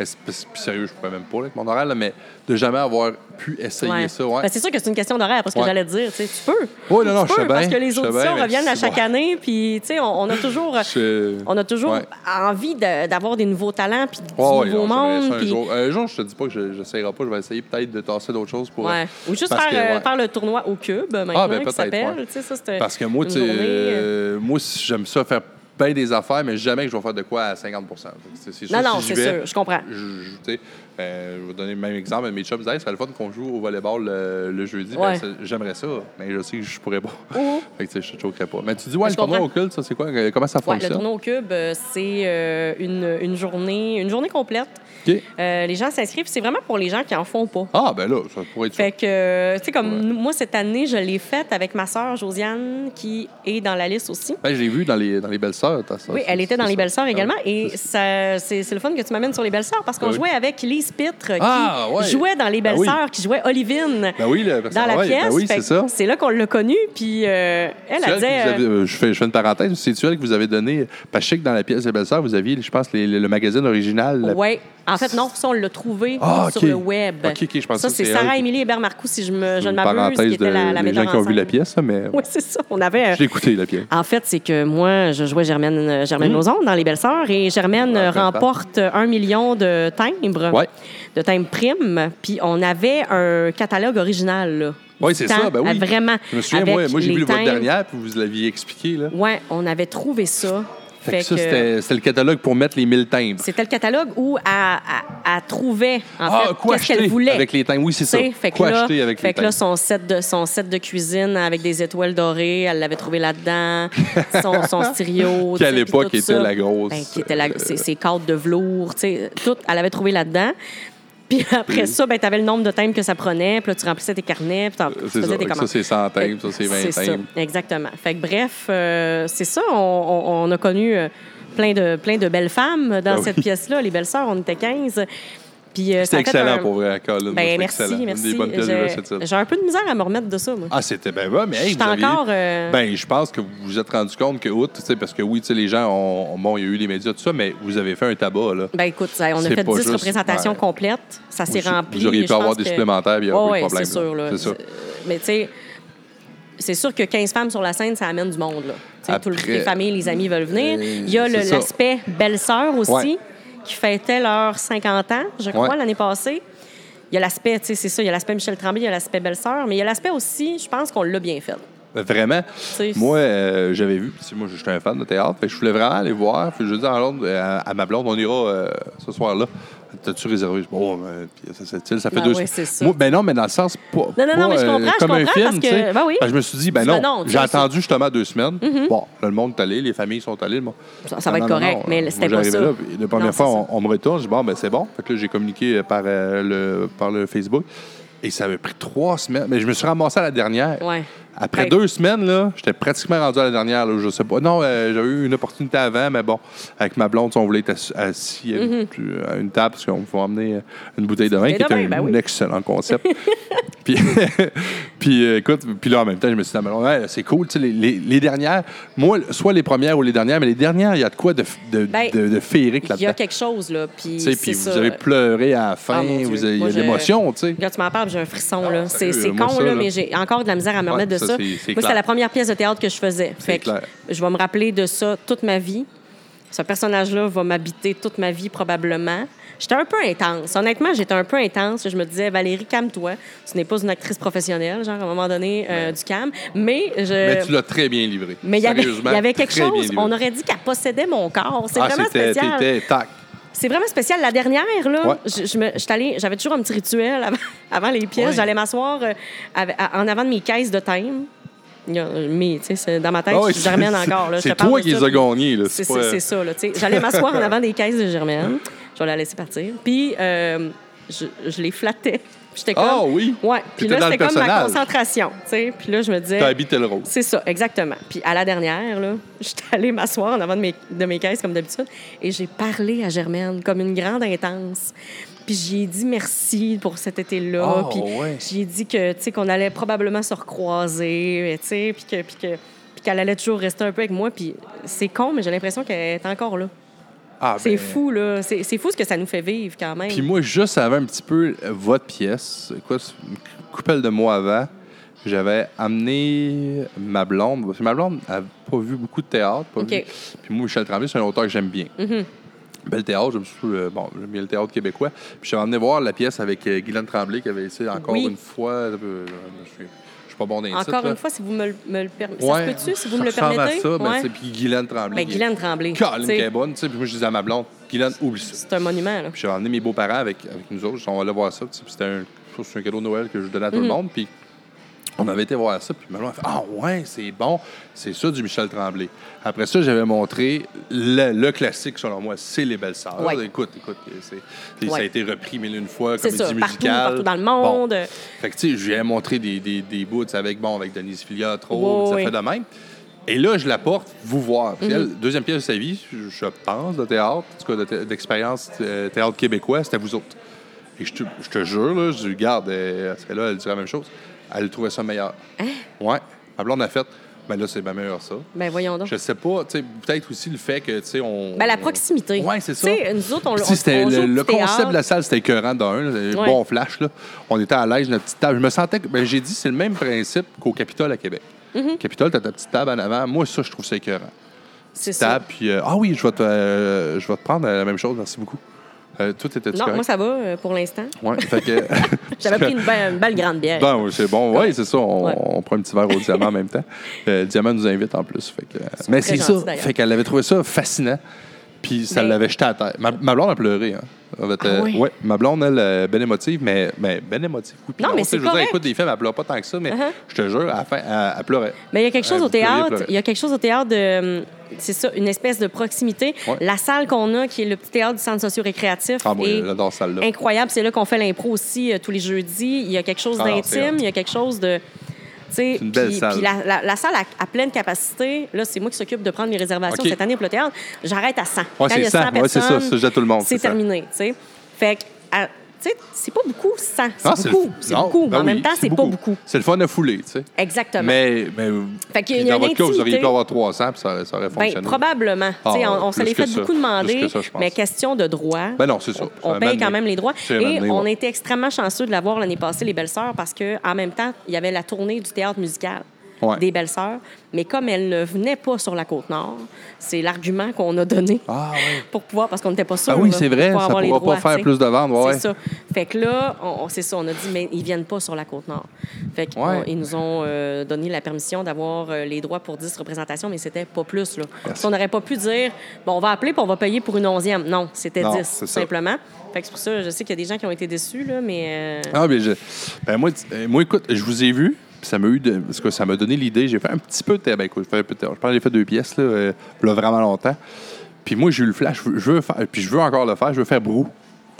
es- puis sérieux, je pourrais même pas là, avec mon oral, là, mais de jamais avoir pu essayer Ouais. ça. Ouais. Ben, c'est sûr que c'est une question d'horaire, parce que Ouais. j'allais te dire, tu sais, tu peux. Oui, non, non, Tu je sais peux, parce bien, que les je sais auditions bien, mais reviennent à c'est- chaque ouais. année, puis tu sais, on, on a toujours, Je- on a toujours Ouais. envie de- d'avoir des nouveaux talents, puis du Ouais, ouais, nouveau non, j'aimerais ça monde, un, puis jour, un jour, je te dis pas que je- j'essayerai pas, je vais essayer peut-être de tasser d'autres choses pour. Ouais. Ou juste parce faire, que, euh, ouais. faire le tournoi au cube maintenant ben, qui peut-être, s'appelle. ouais. Tu sais, ça, c'est un- Parce que moi, une tu sais, journée, euh, euh, moi, si j'aime ça faire plein des affaires, mais jamais que je vais faire de quoi à 50 C'est- sûr, Non, non, si j'y c'est vais, sûr, je comprends. Je, je- tu sais, euh, je vais donner le même exemple. Mes chums disaient, Hey, ça serait le fun qu'on joue au volleyball le, le jeudi. Ben, Ouais. ça- J'aimerais ça, mais je sais que je pourrais pas. Mhm. fait que, tu sais, je ne choquerais pas. Mais tu dis, ouais, le Je tournoi au comprends. culte, ça, c'est quoi? Euh, Comment ça ouais, le fonctionne? tournoi au cube, euh, c'est euh, une, une journée, une journée complète. OK. Euh, les gens s'inscrivent, c'est vraiment pour les gens qui en font pas. Ah, ben là, ça pourrait être ça. Fait que, euh, tu sais, comme Ouais. nous- moi, cette année, je l'ai faite avec ma sœur Josiane, qui est dans la liste aussi. Ben, je l'ai vu dans les, dans les Belles-Sœurs. t'as ça, Oui, c'est- elle était dans c'est Les ça. Belles-Sœurs Ah oui. également. Et C'est- ça, c'est c'est le fun que tu m'amènes sur Les Belles-Sœurs parce qu'on Ah oui. jouait avec Lise Pitre qui Ah, ouais. jouait dans Les Ben oui. Belles-Sœurs, qui jouait Olivine. Ben oui, le dans la ouais, pièce. ben oui, Fait c'est que ça. C'est là qu'on l'a connue. Puis euh, elle, C'est a elle dit. qui vous euh, avez- euh, je, fais, je fais une parenthèse. C'est elle que vous avez donné. Parce que je sais que dans la pièce des belles-sœurs, vous aviez, je pense, les- le, le magazine original. la- Ouais. En fait, non, ça, on l'a trouvé Ah, sur ok. le web. Ok, ok, je pensais ça, que c'est c'est elle Sarah qui- Émilie Hébert Marcoux, si je, me, je ne une m'abuse, qui parenthèse était la, la des gens metteur qui ont vu en la scène. pièce, mais Oui, c'est ça. On avait. un- j'ai écouté la pièce. En fait, c'est que moi, je jouais Germaine, euh, Germaine Lauzon dans Les Belles Sœurs et Germaine Mhm. Ouais, euh, je comprends. remporte un million de timbres, Ouais. de timbres primes. Puis on avait un catalogue original. là, Oui, du c'est temps, ça. Ben à oui. Vraiment. Je me souviens, Ah, avec moi, moi j'ai les vu le votre timbres. dernière, puis vous l'aviez expliqué. Là. Ouais, on avait trouvé ça. Fait Fait que ça, que- c'était- c'était le catalogue pour mettre les 1000 timbres. C'était le catalogue où elle, elle- elle trouvait, en Ah, fait, quoi qu'est-ce qu'elle acheter voulait. avec les timbres? Oui, c'est ça. Tu sais, Fait que Quoi là, acheter avec fait les que là, timbres? son set, de, son set de cuisine avec des étoiles dorées, elle l'avait trouvé là-dedans. son, son *laughs* stéréo. Qui, à tu sais, puis l'époque, tout était ça. la grosse, Ben, qui était la, ses, ses cadres de velours. tu sais, Tout, elle l'avait trouvé là-dedans. Puis *laughs* Mm. après ça, ben, tu avais le nombre de timbres que ça prenait. Puis là, tu remplissais tes carnets. Puis t'en- tu Euh, C'est faisais ça. tes Ça, commandes. c'est 100 timbres, ça, c'est 20 ça, Ben, timbres. Exactement. Fait que bref, euh, c'est ça. On, on- on a connu euh, plein de, plein de belles femmes dans Ben oui. cette pièce-là. Les belles sœurs, on était 15. Puis, euh, ça C'était a fait excellent un- pour vrai, Colin. Ben, C'était merci, excellent. Une merci. des bonnes pièces de J'ai- cette semaine. J'ai un peu de misère à me remettre de ça, moi. Ah, c'était bien bon, mais hey, J'étais vous aviez- encore, euh, Ben, je pense que vous vous êtes rendu compte que, outre, tu sais, parce que oui, tu sais, les gens ont. Bon, il y a eu les médias, tout ça, mais vous avez fait un tabac, là. Ben écoute, ça, on a C'est fait 10 pas juste- représentations ouais. complètes. Ça s'est Vous- rempli. vous auriez pu je avoir pense des que- supplémentaires, puis il y aurait Ouais, pas eu de ouais, problème, c'est sûr. là. Là. Euh, C'est ça. Mais tu sais, c'est sûr que 15 femmes sur la scène, ça amène du monde. Là. Tu sais, tout le- Après- les familles, les amis veulent venir. Euh, Il y a le- c'est ça. l'aspect belle-sœur aussi, Ouais. qui fêtait leurs 50 ans, je crois, Ouais. l'année passée. Il y a l'aspect, tu sais, c'est ça, il y a l'aspect Michel Tremblay, il y a l'aspect belle-sœur, mais il y a l'aspect aussi, je pense qu'on l'a bien fait. Ben, Vraiment. sais, Moi, euh, j'avais vu, puis moi, j'étais un fan de théâtre, fait que je voulais vraiment aller voir. Puis je dis à, Londres, à, à ma blonde, on ira euh, ce soir-là. T'as-tu réservé? Je dis, Bon, ben, puis ça, c'est- ça fait Ben deux ouais, c'est ça. Moi, ben non, mais dans le sens, pas, non, non, pas, euh, mais je comprends, je comme un comprends, film, parce que- tu sais. ben oui. Parce que je me suis dit, ben non, Ben non, tu j'ai sais, c'est- attendu justement deux semaines. Bon, là, le monde est allé, les familles sont allées. Bon. Ça- ça va Non, être Ah, non, correct, non, euh, mais moi, c'était pas j'arrivais ça. là, puis la première Non, fois, c'est on, on me retourne, je dis, bon, ben c'est bon. Fait que là, j'ai communiqué par, euh, le, par le Facebook. Et ça avait pris trois semaines. Mais je me suis ramassé à la dernière. Ouais. Après Fait- deux semaines, là, j'étais pratiquement rendu à la dernière. Là, je sais pas. Non, euh, j'avais eu une opportunité avant, mais bon, avec ma blonde, on voulait être assis- assis à Mm-hmm. une, à une table parce qu'on pouvait emmener euh, une bouteille de vin, Une qui bouteille était de vin, un, ben oui. *laughs* excellent concept. Puis, *laughs* puis euh, écoute, puis là, en même temps, je me suis dit, ah, mais ouais, c'est cool, tu sais, les, les- les dernières, moi, soit les premières ou les dernières, mais les dernières, il y a de quoi de, de, Ben, de, de féerique Il y a là-dedans. quelque chose, là. Puis, Tu sais, c'est puis vous ça. avez pleuré à la fin, Ah, mon Dieu. vous avez, il y Moi, a de je- l'émotion, tu sais. Quand tu m'en parles, j'ai un frisson. là. Ah, sérieux, C'est c'est moi, con, ça, là, là. mais j'ai encore de la misère à me Ouais, remettre de ça, c'est- ça. c'est Moi, clair. c'était la première pièce de théâtre que je faisais. C'est Fait que clair. je vais me rappeler de ça toute ma vie. Ce personnage-là va m'habiter toute ma vie, probablement. J'étais un peu intense. Honnêtement, j'étais un peu intense. Je me disais, Valérie, calme-toi. Tu n'es pas une actrice professionnelle, genre, à un moment donné, euh, du calme. Mais je. Mais tu l'as très bien livré. Euh, Mais il y avait, il Sérieusement, y avait quelque très bien chose. livré. On aurait dit qu'elle possédait mon corps. C'est Ah, vraiment c'était- spécial. t'étais tac. C'est vraiment spécial. La dernière, là, Ouais. je, je me- j'étais allée- j'avais toujours un petit rituel avant, *laughs* avant les pièces. Ouais. J'allais m'asseoir euh, avec- à- en avant de mes caisses de thème. Il y a- Mais, tu sais, c'est- dans ma tête, Ah ouais, je suis germaine *laughs* c'est- encore. là. Je C'est te parle toi de qui ça, les as puis- gagnés, là. C'est pas- c'est- c'est ça, là. tu sais. J'allais m'asseoir *laughs* en avant des caisses de germaine. Je vais la laisser partir. Puis, euh, je, je les flattais. J'étais comme. Ah oui? Ouais. Puis T'étais là, dans le c'était comme ma personnage. concentration. tu sais. Puis là, je me disais. T'as habité le rôle. C'est ça, exactement. Puis à la dernière, là, *laughs* j'étais allée m'asseoir en avant de mes, de mes caisses, comme d'habitude, et j'ai parlé à Germaine comme une grande intense. Puis j'ai dit merci pour cet été-là. Ah, puis ouais. j'ai dit que, tu sais, qu'on allait probablement se recroiser, et tu sais, puis que... Puis que puis qu'elle allait toujours rester un peu avec moi. Puis c'est con, mais j'ai l'impression qu'elle est encore là. Ah, C'est ben, fou, là. C'est c'est fou ce que ça nous fait vivre, quand même. Puis moi, juste avant un petit peu euh, votre pièce, c'est quoi, c'est une couple de mois avant, j'avais amené ma blonde. Parce que ma blonde n'a pas vu beaucoup de théâtre. pas OK. Mm-hmm. vu- Puis moi, Michel Tremblay, c'est un auteur que j'aime bien. Bel théâtre, je me suis, euh, bon, j'aime bien le théâtre québécois. Puis j'avais amené voir la pièce avec euh, Guylaine Tremblay qui avait essayé encore Oui. une fois. euh, je suis- je suis pas bon dans les Encore titres, là. une fois, si vous me, le- me le permettez. Ouais, Ça se peut-tu, si vous me ça le ressemble permettez? à ça, mais Ouais. c'est- puis Guylaine Tremblay. Ben, qui est- Guylaine Tremblay. Colin, tu qui sais, est bonne, tu sais. Puis moi, je disais à ma blonde, Guylaine, oublie ça. C'est un monument, là. Puis j'ai emmené mes beaux-parents avec, avec nous autres. On allait voir ça. tu sais, puis C'était un, je pense que c'est un cadeau de Noël que je donnais à tout Mm. le monde. Puis on avait été voir ça. Puis Manon a fait Ah ouais, c'est bon. C'est ça du Michel Tremblay. Après ça, j'avais montré le, le classique, selon moi, c'est Les Belles Sœurs. Ouais. Écoute, écoute. c'est- puis Ça a Ouais. été repris mille et une fois, C'est comédie ça, partout, musicale. partout dans le Bon. monde. Fait que, tu sais, je lui ai montré des, des, des bouts, tu sais, avec, bon, avec Denise Filiatro, Ouais, ça ouais. fait de même. Et là, je la porte vous voir. Mhm. Puis elle, deuxième pièce de sa vie, je- je pense, de théâtre, en tout cas, de thé- d'expérience euh, théâtre québécois, c'était vous autres. Et je te, je te jure, là, je lui garde, elle serait là, elle dirait la même chose. Elle trouvait ça meilleur. Hein? Ouais. Ma blonde a fait, mais là, c'est bien meilleur, ça. Ben voyons donc. Je sais pas, tu sais, peut-être aussi le fait que, tu sais, on. Ben la proximité. Ouais, c'est ça. Tu sais, nous autres, on, Puis on, si c'était on joue le, du le concept théâtre. de la salle, c'était écœurant d'un. là, Ouais. Bon flash, là. On était à l'aise, notre petite table. Je me sentais que. Ben, j'ai dit, c'est le même principe qu'au Capitole à Québec. Mm-hmm. Capitole, t'as ta petite table en avant. Moi, ça, je trouve ça écœurant. C'est ça. Table, puis. euh, ah oui, je vais, te, euh, je vais te prendre la même chose, merci beaucoup. Euh, tout était Non, moi ça va euh, pour l'instant. Ouais, fait que. *laughs* J'avais pris une, belle- une belle grande bière. Non, c'est bon. Ben, Oui, c'est ça. On, Ouais. on prend un petit verre au diamant en même temps. *laughs* Euh, diamant nous invite en plus. Fait que, euh, mais très c'est ça. gentils, d'ailleurs. Fait qu'elle avait trouvé ça fascinant. Puis ça Ben- l'avait jeté à terre. Ma, ma blonde a pleuré. Hein. En fait, euh, Ah oui? ouais, ma blonde, elle, euh, ben émotive, mais, mais ben émotive. Oui, puis Non, mais tu sais, c'est je veux dire, correct. écoute, des films, elle pleure pas tant que ça, mais Uh-huh. je te jure, à la fin, elle, elle pleurait. Mais il y a quelque chose Ouais, au Euh, vous pourriez pleurer. théâtre, il y a quelque chose au théâtre de hum, c'est ça, une espèce de proximité. Ouais. La salle qu'on a qui est le petit théâtre du centre socio-récréatif Ah, moi, est j'adore ça là incroyable, c'est là qu'on fait l'impro aussi euh, tous les jeudis, il y a quelque chose Ah, non, c'est hot. d'intime, il y a quelque chose de tu sais, une belle puis- salle. Puis la, la- la salle à, à pleine capacité, là, c'est moi qui s'occupe de prendre mes réservations OK. cette année pour le théâtre. J'arrête à 100. Quand il c'est y a 100 ça. Ouais, c'est ça. personnes, C'est ça, tout le monde. c'est ça. terminé, tu sais. Fait que, à- tu sais, c'est pas beaucoup, 100. Non, C'est le- beaucoup, c'est Ah, non, beaucoup, mais ben en même oui, temps, c'est pas beaucoup. C'est le fun à fouler, tu sais. Exactement. Mais, mais Fait qu'il y a puis dans une votre cas, vous auriez intimité. pu avoir 300, puis ça, ça aurait Ben, fonctionné. probablement. Tu sais, Ah, on, on se plus l'est que fait ça. beaucoup demander, Plus que ça, je pense. mais question de droit. Ben non, c'est ça. on Ça paye amène quand les- même les droits. Ça Et amène les- on ouais. était extrêmement chanceux de l'avoir l'année passée, les Belles-Sœurs, parce qu'en même temps, il y avait la tournée du théâtre musical Ouais. des Belles-Sœurs. Mais comme elle ne venait pas sur la Côte-Nord, c'est l'argument qu'on a donné Ah, ouais. pour pouvoir, parce qu'on n'était pas sûr. Ah oui, là, c'est vrai, pour ça avoir les pourra pas droits, faire tu sais. plus de ventes, ouais. C'est ça. Fait que là, on, on- c'est ça, on a dit, mais ils viennent pas sur la Côte-Nord. Fait que, Ouais. on- ils nous ont euh, donné la permission d'avoir euh, les droits pour 10 représentations, mais c'était pas plus, là. Parce qu'on n'aurait pas pu dire, bon, on va appeler puis on va payer pour une onzième. Non, c'était Non, 10, c'est tout ça. simplement. Fait que c'est pour ça, je sais qu'il y a des gens qui ont été déçus, là, mais... *laughs* euh, Ah, ben, je- ben, moi, tu- euh, moi, écoute, je vous ai vu. puis Ça m'a eu de- parce que ça m'a donné l'idée. J'ai fait un petit peu de théâtre. Ben, écoute, je, fais un peu de théâtre. je pense que j'ai fait deux pièces là, euh, là, vraiment longtemps. Puis moi, j'ai eu le flash. Je veux, je veux faire, puis je veux encore le faire. Je veux faire brou.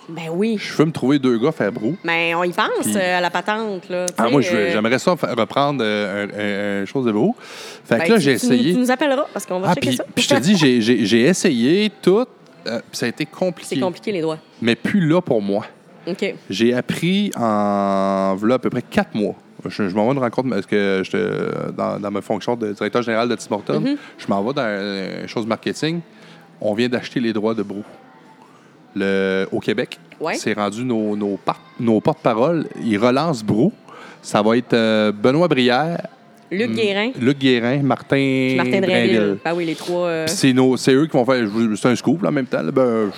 ben oui. Je veux me trouver deux gars faire brou. Mais on y pense Puis- euh, à la patente, là. tu Ah, sais, moi, je veux- euh, j'aimerais ça fa- reprendre euh, un- un- un chose de brou. Fait que ben, là, tu- j'ai tu nous- essayé. Tu nous appelleras, parce qu'on va Ah, checker puis, ça. puis je *laughs* te dis, j'ai- j'ai j'ai essayé tout. euh, puis ça a été compliqué. c'est compliqué, les droits. Mais plus là pour moi. OK. J'ai appris en voilà, à peu près quatre mois. Je, je m'en vais une rencontre parce que j'étais dans, dans ma fonction de directeur général de Tim Hortons. Mm-hmm. Je m'en vais dans une chose marketing. On vient d'acheter les droits de Brou. Le, au Québec, Ouais. c'est rendu nos, nos, par- nos porte-paroles. Ils relancent Brou. Ça va être euh, Benoît Brière, Hmm. Luc Guérin, Luc Guérin, Martin, Martin Drainville. Drainville. Ben oui, les trois. euh, Puis C'est nos- c'est eux qui vont faire. je vous- C'est un scoop, là, en même temps. là, ben,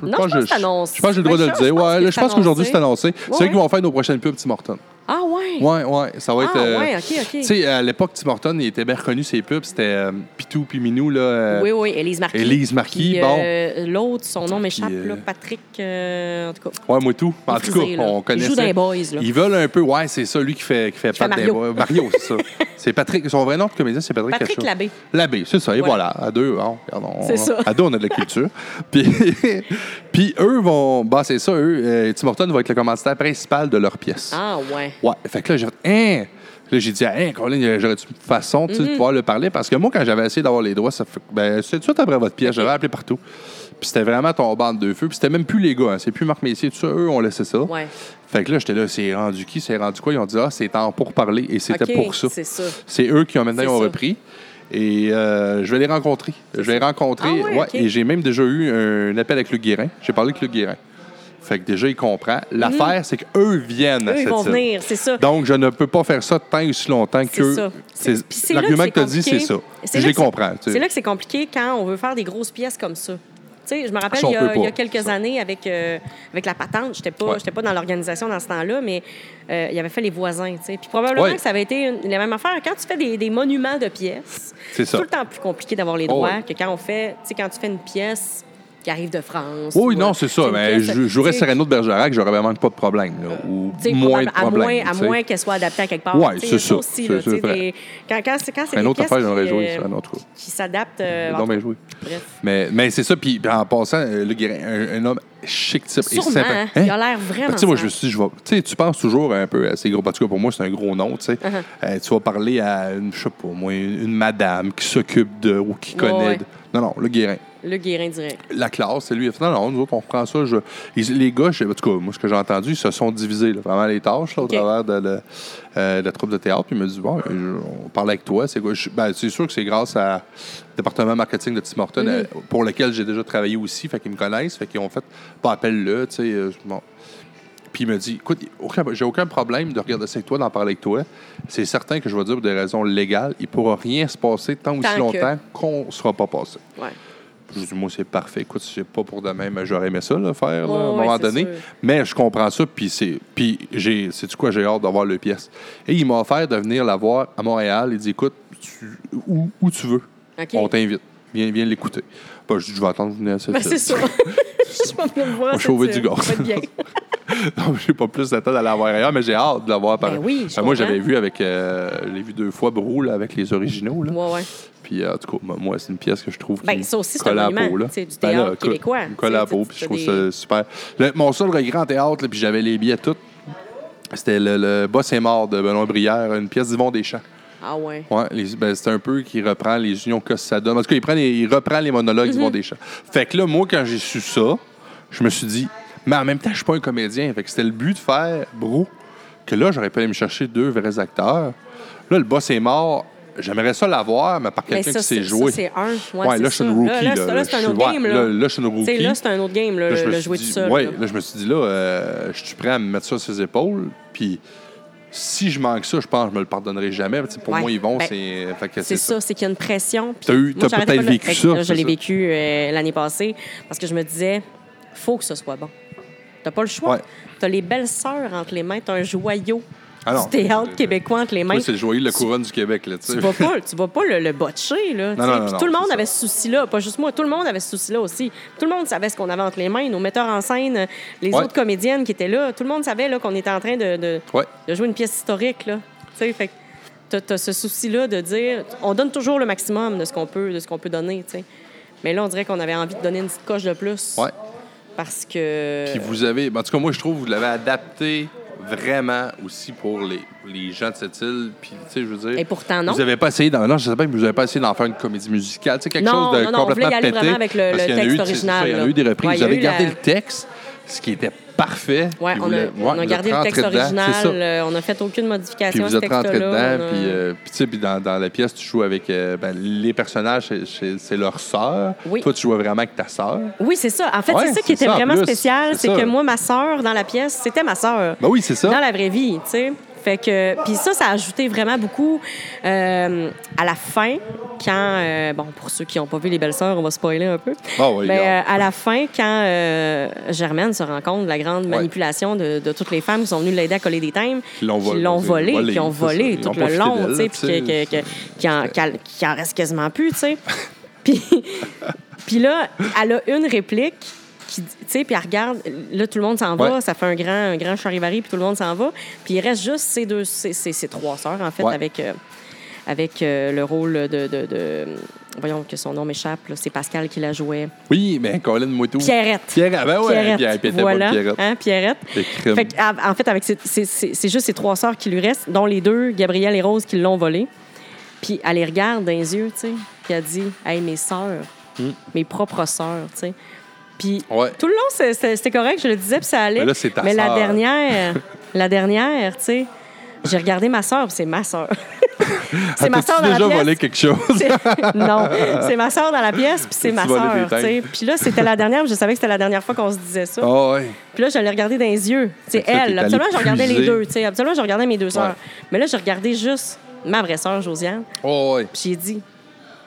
je, Non, je pense que c'est annoncé. je pense que j'ai le droit Ben, de le je- je dire. pense Ouais, que là, je c'est pense qu'aujourd'hui, c'est annoncé. C'est eux ouais. qui vont faire nos prochaines pubs Tim Hortons. Ah, ouais. Ouais, ouais. Ça va Ah, être. euh, ouais, OK, OK. Tu sais, à l'époque, Tim Hortons, il était bien reconnu, ses pubs. C'était euh, Pitou, puis Minou, là. euh, oui, oui, Élise Marquis. Élise Marquis, Puis, bon. euh, L'autre, son nom m'échappe, euh, là, Patrick, euh, en tout cas. Ouais, moi tout. En tout cas, frisé, là. on Il connaît joue ça. dans les Boys, là. Ils veulent un peu. Ouais, c'est ça, lui qui fait, qui fait Qui fait Pat des Mario. Boys. Mario, *laughs* c'est ça. c'est Patrick. Son vrai nom de comédien, c'est Patrick Patrick quelque chose. Labbé. L'abbé, c'est ça. Et Voilà. voilà, à deux, on, regarde, on- C'est ça. à deux, on a de la *laughs* culture. puis, *laughs* puis eux vont. Bah, c'est ça, eux. euh, Tim Hortons va être le commanditaire principal de leur pièce. Ah, ouais. Ouais. Fait que là, j'ai fait, hein! Là, j'ai dit, hein, Colin, j'aurais-tu une façon tu sais, Mm-hmm. de pouvoir le parler? Parce que moi, quand j'avais essayé d'avoir les droits, ça fait, ben, c'est tout de suite après votre pièce, j'avais appelé partout. Puis c'était vraiment ton bande de feu. Puis c'était même plus les gars, hein. c'est plus Marc Messier, tout ça, eux, on laissait ça. Ouais. Fait que là, j'étais là, c'est rendu qui, c'est rendu quoi? Ils ont dit, ah, c'est en pour parler. Et c'était OK, pour ça. C'est ça. C'est eux qui ont maintenant C'est ils ont ça. repris. Et euh, je vais les rencontrer. Je vais les rencontrer. Ah ouais, ok. Et j'ai même déjà eu un appel avec Luc Guérin. J'ai parlé avec Luc Guérin. Fait que déjà, il comprend. L'affaire, c'est qu'eux viennent à Mhm. Eux, ils cette vont île. venir, c'est ça. Donc, je ne peux pas faire ça tant et aussi longtemps que. C'est ça. c'est- puis c'est là L'argument que tu as c'est dit, c'est ça. compliqué. C'est Puis là Je les que c'est- comprends. tu sais. C'est là que c'est compliqué quand on veut faire des grosses pièces comme ça. Tu sais, je me rappelle, Ça, Ah, on il y, peut a, il y a pas. quelques Ça. années, avec, euh, avec la patente, je n'étais pas, Ouais. j'étais pas dans l'organisation dans ce temps-là, mais euh, il avait fait les voisins. tu sais. Puis probablement Ouais. que ça avait été une- la même affaire. Quand tu fais des, des monuments de pièces, C'est ça. tout le temps plus compliqué d'avoir les Oh, droits ouais. que quand on fait, tu sais, quand tu fais une pièce qui arrive de France. Oui, ou, euh, non, c'est ça. une Mais pièce, je je jouerais tu sais, Sereno de Bergerac, j'aurais vraiment pas de problème. là, ou Euh, tu sais, moins de probable- à problème. moins, à tu sais. moins qu'elle soit adaptée à quelque part. Ouais, Tu sais, c'est ça ça. aussi, C'est- là, tu c'est sais, vrai. des- Quand, quand c'est quand c'est Une des autre pièces affaire, j'aurais qui, joué, euh, Sereno, en tout cas. qui s'adaptent. euh, J'ai en donc bien tout joué. cas, bref. Mais, mais c'est ça. Puis en passant, euh, Luc Guérin, un, un homme chic type et Sûrement, sympa. hein? Hein? Il a l'air vraiment. Ben, tu sais, moi, je sympa. me suis dit, je vais- tu sais, tu penses toujours un peu à ces gros. En tout cas, pour moi, c'est un gros nom, tu sais. Uh-huh. Euh, tu vas parler à une, je sais pas, moi, une, une madame qui s'occupe de ou qui Ouais, connaît. ouais. de- Non, non, le Guérin. Le Guérin direct. La classe, c'est lui. Il a fait, non, non, nous autres, on reprend ça. je- ils- les gars, je- en tout cas, moi, ce que j'ai entendu, ils se sont divisés, là, vraiment, les tâches, là, OK. au travers de, le- euh, de la troupe de théâtre. Puis il me dit, bon, euh, on parle avec toi. C'est quoi? Je- ben, c'est sûr que c'est grâce à département marketing de Tim Mhm. Horton, euh, pour lequel j'ai déjà travaillé aussi. Fait qu'ils me connaissent. Fait qu'ils ont fait, pas appelle-le, tu sais. euh, bon. Puis il me dit, écoute, aucun- j'ai aucun problème de regarder ça avec toi, d'en parler avec toi. C'est certain que je vais dire pour des raisons légales, il ne pourra rien se passer tant ou Tant si que- longtemps qu'on ne sera pas passé. Ouais. Je dis, moi, c'est parfait. Écoute, c'est pas pour demain, mais j'aurais aimé ça, le faire, là, à Ouais, un ouais, moment c'est donné. sûr. Mais je comprends ça, puis c'est. Puis, j'ai. Sais-tu quoi, j'ai hâte d'avoir le pièce. Et il m'a offert de venir la voir à Montréal. Il dit, écoute, tu- où, où tu veux, OK. on t'invite. Viens, viens l'écouter. Ben, je dis, je vais attendre, vous venez à cette *laughs* Ben, c'est ça. je vais venir voir. Faut cette- chauffer du gaz. ça *laughs* va être bien. Non, j'ai pas plus le temps d'aller la voir ailleurs, mais j'ai hâte de la voir par. Ben oui, je Ah, moi, comprends. j'avais vu avec. euh, j'ai vu deux fois Brou, là, avec les originaux, là. Ouais, ouais. Puis, euh, en tout cas, moi, moi, c'est une pièce que je trouve. qui Ben, me ça aussi, c'est colle un à la monument, peau, là. tu sais, du Ben là, théâtre écoute, québécois. me colle à la Tu sais, peau, tu- puis tu je fais trouve ça super. Le- mon seul regret en théâtre, là, puis j'avais les billets toutes, c'était le, le Boss est mort de Benoît Brière, une pièce d'Yvon Deschamps. Ah, ouais. Ouais, les- ben, c'est un peu qui reprend les unions que ça donne. En tout cas, il, prend les- il reprend les monologues Mhm. d'Yvon Deschamps. Fait que là, moi, quand j'ai su ça, je me suis dit, mais en même temps, je suis pas un comédien. Fait que c'était le but de faire Brou, que là, j'aurais pu aller me chercher deux vrais acteurs. Là, le boss est mort. J'aimerais ça l'avoir, mais par Mais quelqu'un Ben, ça, qui sait c'est jouer. ça, c'est un. Ouais, Ouais, c'est là, je suis ça. une rookie. Là, Là, là, ça, là, c'est un Je suis- autre ouais, game, là. Là, je suis une Tu sais, rookie. là, c'est un autre game, là, Là, je me le suis jouer dit, tout seul. ouais, là. là, je me suis dit, là, euh, je suis prêt à me mettre ça sur ses épaules. Puis si je manque ça, je pense que je me le pardonnerai jamais. Tu sais, pour Ouais, moi, Yvon, ben, c'est. fait que C'est ça, c'est qu'il y a une pression. puis T'as eu- moi, t'as j'arrêtais peut-être pas de- vécu Fait que ça, là, Je c'est l'ai ça. vécu euh, l'année passée parce que je me disais, faut que ce soit bon. T'as pas le choix. Ouais. T'as les belles sœurs entre les mains, t'as un joyau Ah non, du théâtre c'est- québécois entre les mains. Moi, c'est le joyeux de la couronne du Québec, là, tu sais. tu vas pas, tu vas pas le, le botcher, là. tu non, sais. non, Puis non, tout le c'est monde ça. avait ce souci-là, pas juste moi, tout le monde avait ce souci-là aussi. Tout le monde savait ce qu'on avait entre les mains, nos metteurs en scène, les Ouais. autres comédiennes qui étaient là, tout le monde savait là, qu'on était en train de, de- *laughs* Ouais. de jouer une pièce historique, là. Tu sais, fait que t'as, t'as ce souci-là de dire, on donne toujours le maximum de ce qu'on peut, de ce qu'on peut donner, tu sais. Mais là, on dirait qu'on avait envie de donner une petite coche de plus. Ouais. Parce que. Puis vous avez. ben, En tout cas, moi, je trouve que vous l'avez adapté vraiment aussi pour les, les gens de cette île. Puis, tu sais, je veux dire. Et pourtant, non. Vous avez pas essayé d'en. Non, je sais pas, mais vous avez pas essayé d'en faire une comédie musicale. Tu sais, quelque Non, chose de non, non, on complètement voulait y aller pété. vraiment avec le- parce le qu'il y en a eu, texte tu sais, original, Il y en a là. eu des reprises. Ouais, il vous y a avez eu gardé la- le texte, ce qui était parfait. Ouais, puis on, vous a, le- on a ouais, vous gardé êtes le texte rentré dedans, c'est original. ça. euh, on n'a fait aucune Puis modification vous à ce êtes rentré dedans, texte-là. on a- puis, euh, puis tu sais, puis dans, dans la pièce, tu joues avec euh, ben, les personnages, c'est- c'est c'est leur sœur. Oui. Toi, tu jouais vraiment avec ta sœur. Oui, c'est ça. En fait, Ouais, c'est ça c'est qui était ça, en vraiment plus. spécial. C'est C'est ça. que moi, ma sœur dans la pièce, c'était ma sœur. Ben oui, c'est ça. Dans la vraie vie, tu sais. Fait que, puis ça, ça a ajouté vraiment beaucoup euh, à la fin, quand, euh, bon, pour ceux qui n'ont pas vu Les Belles Sœurs, on va spoiler un peu. Ah oui, Mais regarde. euh, à la fin, quand euh, Germaine se rend compte de la grande manipulation de, de toutes les femmes qui sont venues l'aider à coller des thèmes, Qui l'ont volé, volé, volé, qui ont c'est ça. volé Ils tout ont le profité long, tu sais, d'elle, puis tu sais. que- que- que- qu'il en, qu'elle- qu'il en reste quasiment plus, *laughs* tu sais. Puis puis là, elle a une réplique. qui- Tu sais, puis elle regarde, là, tout le monde s'en va, Ouais. ça fait un grand, un grand charivari, puis tout le monde s'en va. Puis il reste juste ces deux, ces, ces- ces trois sœurs, en fait, Ouais. avec, euh, avec euh, le rôle de, de- de- Voyons que son nom m'échappe, là, c'est Pascal qui la jouait. Oui, mais Colin Moutou. Pierrette. Pierrette, ben ouais. Pierrette. Pierrette, puis elle était voilà. bonne, Pierrette. Euh, Hein, Pierrette. Des crimes. Fait que, en en fait, avec ses- ses- ses- c'est juste ces trois sœurs qui lui restent, dont les deux, Gabrielle et Rose, qui l'ont volé. Puis elle les regarde dans les yeux, tu sais. Puis elle dit Hey, mes sœurs, mes propres sœurs, tu sais. Puis Hmm. Ouais. tout le long, c'est- c'est- c'était correct, je le disais, puis ça allait. Mais là, c'est ta Mais la sœur. *laughs* dernière, la dernière, tu sais, j'ai regardé ma sœur, puis c'est ma sœur. c'est ma As-tu sœur dans la déjà pièce. volé quelque chose. C'est- non, c'est ma soeur dans la pièce, puis c'est Tu ma volais des soeur. têtes. Puis là, c'était la dernière, je savais que c'était la dernière fois qu'on se disait ça. Ah ouais. Puis là, je l'ai regardée dans les yeux. C'est Fait que là, t'es elle. Absolument, allée je regardais les puiser. deux. tu sais. Absolument, je regardais mes deux sœurs. Ouais. Mais là, je regardais juste ma vraie sœur, Josiane. Ah ouais. Puis j'ai dit,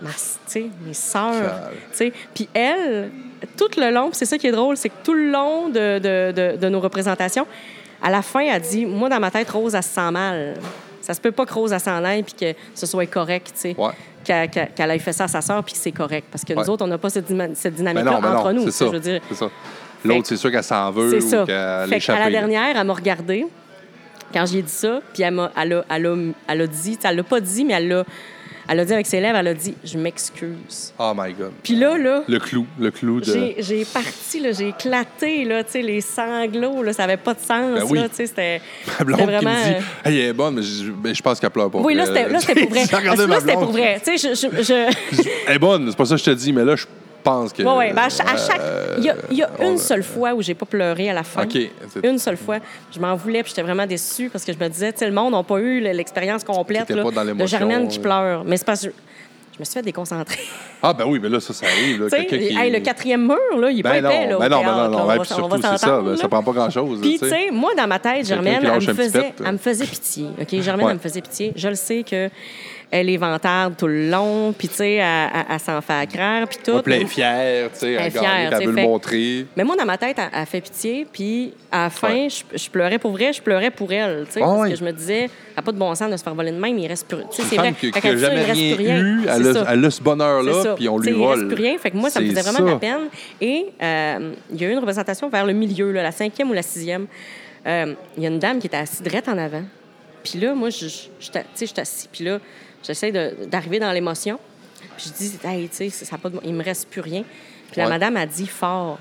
ma, tu sais, Chale. mes sœurs. tu sais. Puis elle, tout le long, puis c'est ça qui est drôle, c'est que tout le long de, de- de- de nos représentations, à la fin, elle dit, moi, dans ma tête, Rose, elle se sent mal. Ça se peut pas que Rose, elle s'en aille puis que ce soit correct, tu sais. Ouais. Qu'elle qu'elle- qu'elle ait fait ça à sa sœur puis que c'est correct. Parce que Ouais. nous autres, on n'a pas cette, dyma- cette Mais dynamique-là non, mais entre non. C'est nous. tu ça. sais, Je veux dire, C'est ça. Fait L'autre, que- c'est sûr qu'elle s'en veut c'est ou ça. qu'elle Fait qu'à la échappe. dernière, elle m'a regardée quand j'ai dit ça, puis elle, m'a, elle, a, elle, a, elle a dit, elle l'a pas dit, mais elle l'a, elle a dit avec ses lèvres, elle a dit Je m'excuse. Oh my God. Puis là, là, Le clou. Le clou de. j'ai, j'ai parti, là, j'ai éclaté, là, tu sais, les sanglots, là, ça avait pas de sens. Ben oui. là, tu sais, c'était, *laughs* Ma blonde c'était qui vraiment. me dit, euh, hey, elle est bonne, mais je, mais je pense qu'elle pleure pas. Oui, là, c'était, là, c'était pour vrai. *laughs* J'ai regardé Parce que ma là, c'était pour blonde. vrai. Tu sais, je- je- je... Elle est bonne, c'est pas ça que je te dis, mais là, je pense que. euh, Oui, oui. Ben, à, cha- à chaque. Il y a, il y a on- une seule fois où j'ai pas pleuré à la fin. OK. C'est- Une seule fois. Je m'en voulais, puis j'étais vraiment déçue parce que je me disais, tu sais, le monde n'a pas eu l- l'expérience complète T'étais là, pas dans de l'émotion, Germaine qui euh. pleure. Mais c'est parce que je, je me suis fait *laughs* déconcentrer. Ah, ben oui, mais là, ça, ça arrive. Là, tu sais, quelqu'un qui... Hey, le quatrième mur, là, il est pas ben non, épais, là. au ben non, ben non, théâtre, non. là, Ouais, on va puis s'en- on va surtout, c'est ça. s'entendre, ben, là. ça prend pas grand-chose. Puis, tu tu sais. sais, moi, dans ma tête, Germaine, qui lâche elle me, un petit faisait, pet. elle me faisait pitié. OK, Germaine, Ouais. elle me faisait pitié. Je le sais que elle est vantarde tout le long, puis, tu sais, elle, elle- elle s'en fait à craire, puis tout. Ouais, puis elle est fière, tu sais. Elle est a fière, gagné, tu elle sais, veut le fait- montrer. Mais moi, dans ma tête, elle, elle fait pitié. Puis à la fin, Ouais. je, je pleurais pour vrai, je pleurais pour elle. tu sais, Ah parce ouais. que je me disais, elle n'a pas de bon sens de se faire voler de même, il reste plus. Tu sais, c'est vrai. femme qui Fait qui a qu'elle dit ça, jamais rien eu, C'est elle ça. a- elle a ce C'est ça. bonheur-là, puis on Tu sais, lui Il reste vole. plus rien. Fait que moi, ça me C'est faisait vraiment ça. de la peine. Et euh, il y a eu une représentation vers le milieu, là, la cinquième ou la sixième. Euh, il y a une dame qui était assise drette en avant. Puis là, moi, je, je, je t'a- tu sais, je t'assis. Puis là, j'essaie de- d'arriver dans l'émotion. Puis je dis, hey, tu sais, ça, ça a pas de bon- il me reste plus rien. Puis la Ouais. madame a dit fort,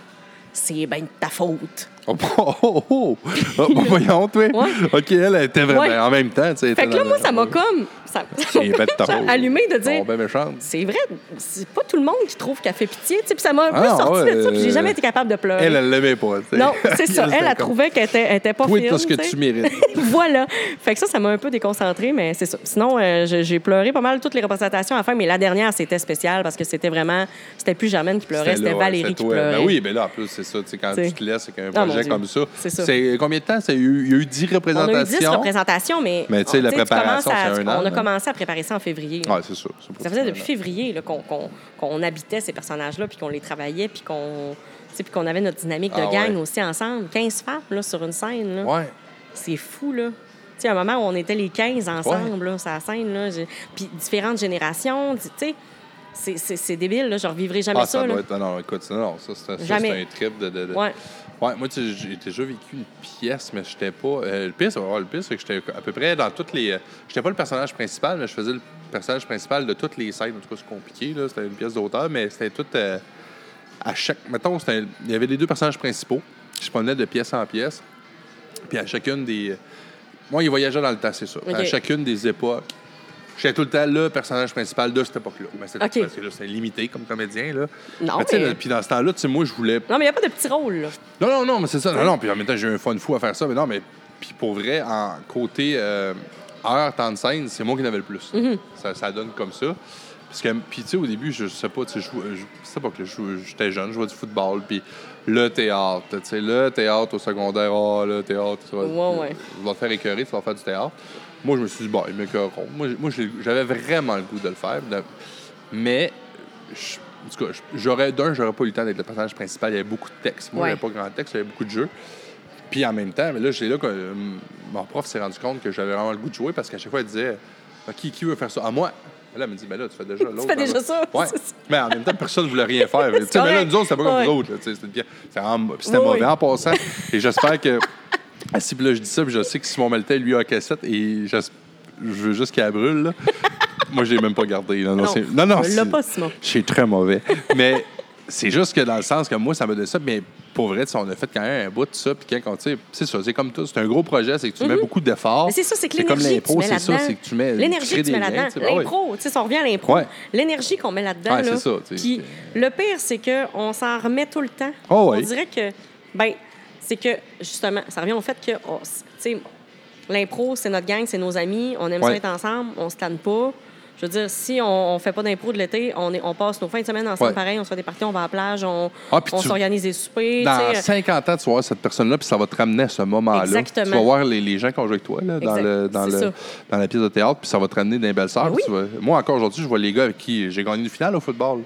c'est ben de ta faute. Oh, oh, oh, oh. *laughs* Ah, bon, voyons, toi. Ouais. OK, elle elle était vraiment Ouais. en même temps, tu sais. elle Fait était que là, dans moi, le- ça m'a comme. Ça ça Et m'a ben, comme t'as- genre allumé de dire. Bon, ben méchante. C'est vrai, c'est pas tout le monde qui trouve qu'elle fait pitié. tu sais, Puis ça m'a un peu Ah, sorti de ça, ouais, puis j'ai jamais euh, été capable de pleurer. Elle, elle l'aimait pas, tu sais. *laughs* Non, c'est ça. Elle, a elle trouvait qu'elle était, elle était pas Toi, fine. t'as ce que tu sais. tu mérites. *laughs* voilà. Fait que ça, ça m'a un peu déconcentrée, mais c'est ça. Sinon, euh, je- j'ai pleuré pas mal toutes les représentations à la fin, mais la dernière, c'était spécial parce que c'était vraiment... C'était plus Germaine qui pleurait, c'était là, Valérie c'était qui toi. pleurait. Ben oui, mais là, en plus, c'est ça. tu sais, Quand T'sais. tu te laisses avec un Ah, mon projet Dieu. comme ça, C'est ça. c'est combien de temps? Ça a eu- Il y a eu 10 On représentations. a eu 10 représentations, mais... Mais tu sais, la tu commences préparation, à- c'est un an, On a hein. commencé à préparer ça en février. là. Ouais, c'est ça. c'est pas Ça faisait tout depuis février là, qu'on qu'on- qu'on habitait ces personnages-là, puis qu'on les travaillait, puis qu'on tu sais, puis qu'on avait notre dynamique de Ah, gang ouais. aussi ensemble. 15 femmes là, sur une scène. là. Ouais. C'est fou, là. Tu sais, à un moment où on était les 15 ensemble, là, sur la scène, là. j'ai- Puis différentes générations, tu sais. C'est- C'est c'est débile, là. Je revivrai jamais Ah, ça, ça là. doit être. euh, Non, non, écoute, ça, non, ça, c'est un, ça, Jamais. c'est un trip de. de, de- Ouais. Ouais, moi, tu sais, j'ai déjà vécu une pièce, mais j'étais pas. euh, le pire, c'est ouais, le pire, c'est que j'étais à peu près dans toutes les. euh, J'étais pas le personnage principal, mais je faisais le personnage principal de toutes les scènes. En tout cas, c'est compliqué, là. C'était une pièce d'auteur, mais c'était tout. euh, à chaque. Mettons, c'était- il y avait les deux personnages principaux. Je promenais de pièce en pièce. Puis à chacune des. Moi, il euh, voyageait dans le temps, c'est ça. À Ok. chacune des époques, J'étais tout le temps le personnage principal de cette époque-là. Mais c'était- OK. Parce que là, c'est limité comme comédien. Là. Non, Mais tu sais, mais- là, Puis dans ce temps-là, tu sais, moi, je voulais Non, mais il n'y a pas de petit rôle. là. non, non, non, mais c'est ça. Non, non, puis en même temps, j'ai eu un fun fou à faire ça. Mais non, mais puis pour vrai, en côté euh, heure, temps de scène, c'est moi qui en avais le plus. Mhm. ça, ça donne comme ça. Parce que, puis tu sais, au début, je sais pas, tu sais, je jouais- je sais pas que je jouais- j'étais jeune, je jouais du football, puis le théâtre, tu sais, le théâtre au secondaire, ah, le théâtre, ça va- Ouais, ouais. tu vas te faire écœurer, tu vas faire du théâtre. Moi, je me suis dit, bon, il m'écœureront. Moi, j'ai- moi, j'ai- j'avais vraiment le goût de le faire. de- Mais, je- en tout cas, je- j'aurais, d'un, j'aurais pas eu le temps d'être le personnage principal. Il y avait beaucoup de textes. Moi, Ouais. j'avais pas grand texte, j'avais beaucoup de jeux. Puis en même temps, mais là, j'ai là que euh, mon prof s'est rendu compte que j'avais vraiment le goût de jouer parce qu'à chaque fois, elle disait, Ah, qui, qui veut faire ça? À moi. Là, elle me dit, ben là, tu fais *laughs* déjà l'autre. fais déjà ça. Ouais. *laughs* C'est ça. Mais en même temps, personne ne voulait rien *laughs* faire. Tu sais, mais là, correct. nous autres, c'était pas comme Ouais. nous autres. là, tu sais, C'était bien. C'était vraiment- puis c'était Oui, mauvais oui. en passant. Et j'espère que. *laughs* Ah, si, puis là, je dis ça, puis je sais que Simon Maltais, lui, a cassette et j'es- je veux juste qu'elle brûle. là. *laughs* Moi, je l'ai même pas gardé. là. Non, Ah Non, c'est- non, non. l'a c'est- pas, Simon. Je suis très mauvais. Mais c'est juste que dans le sens que moi, ça me donne ça. Mais pour vrai, tu sais, on a fait quand même un bout de ça. Puis quand on, tu sais, c'est ça, c'est comme tout. C'est un gros projet, c'est que tu mets beaucoup d'efforts. Mhm. Mais c'est ça, c'est que C'est comme l'énergie que l'impro, tu mets c'est ça, là-dedans. c'est que tu mets. L'énergie crées que tu mets des liens, là-dedans. tu sais, ben oui. L'impro, tu sais, si on revient à l'impro, Ouais. l'énergie qu'on met là-dedans. Ouais, c'est là, ça, tu sais, Puis le pire, c'est qu'on s'en remet tout le temps. Oh, ouais. On dirait que, ben, c'est que, justement, ça revient au fait que, oh, c- tu sais, l'impro, c'est notre gang, c'est nos amis, on aime Ouais. ça être ensemble, on se tanne pas. Je veux dire, si on, on fait pas d'impro de l'été, on, est- on passe nos fins de semaine ensemble Ouais. pareil, on se fait des parties, on va à la plage, on, Ah, puis on tu- s'organise des soupers. Dans tu sais. euh, 50 ans, tu vas voir cette personne-là, puis ça va te ramener à ce moment-là. Exactement. Tu vas voir les, les gens qui ont joué avec toi là, dans, Exact. le, dans, C'est le, ça. dans la pièce de théâtre, puis ça va te ramener d'un belles sœurs. Ben puis tu vas- Moi, encore aujourd'hui, je vois les gars avec qui j'ai gagné une finale au football.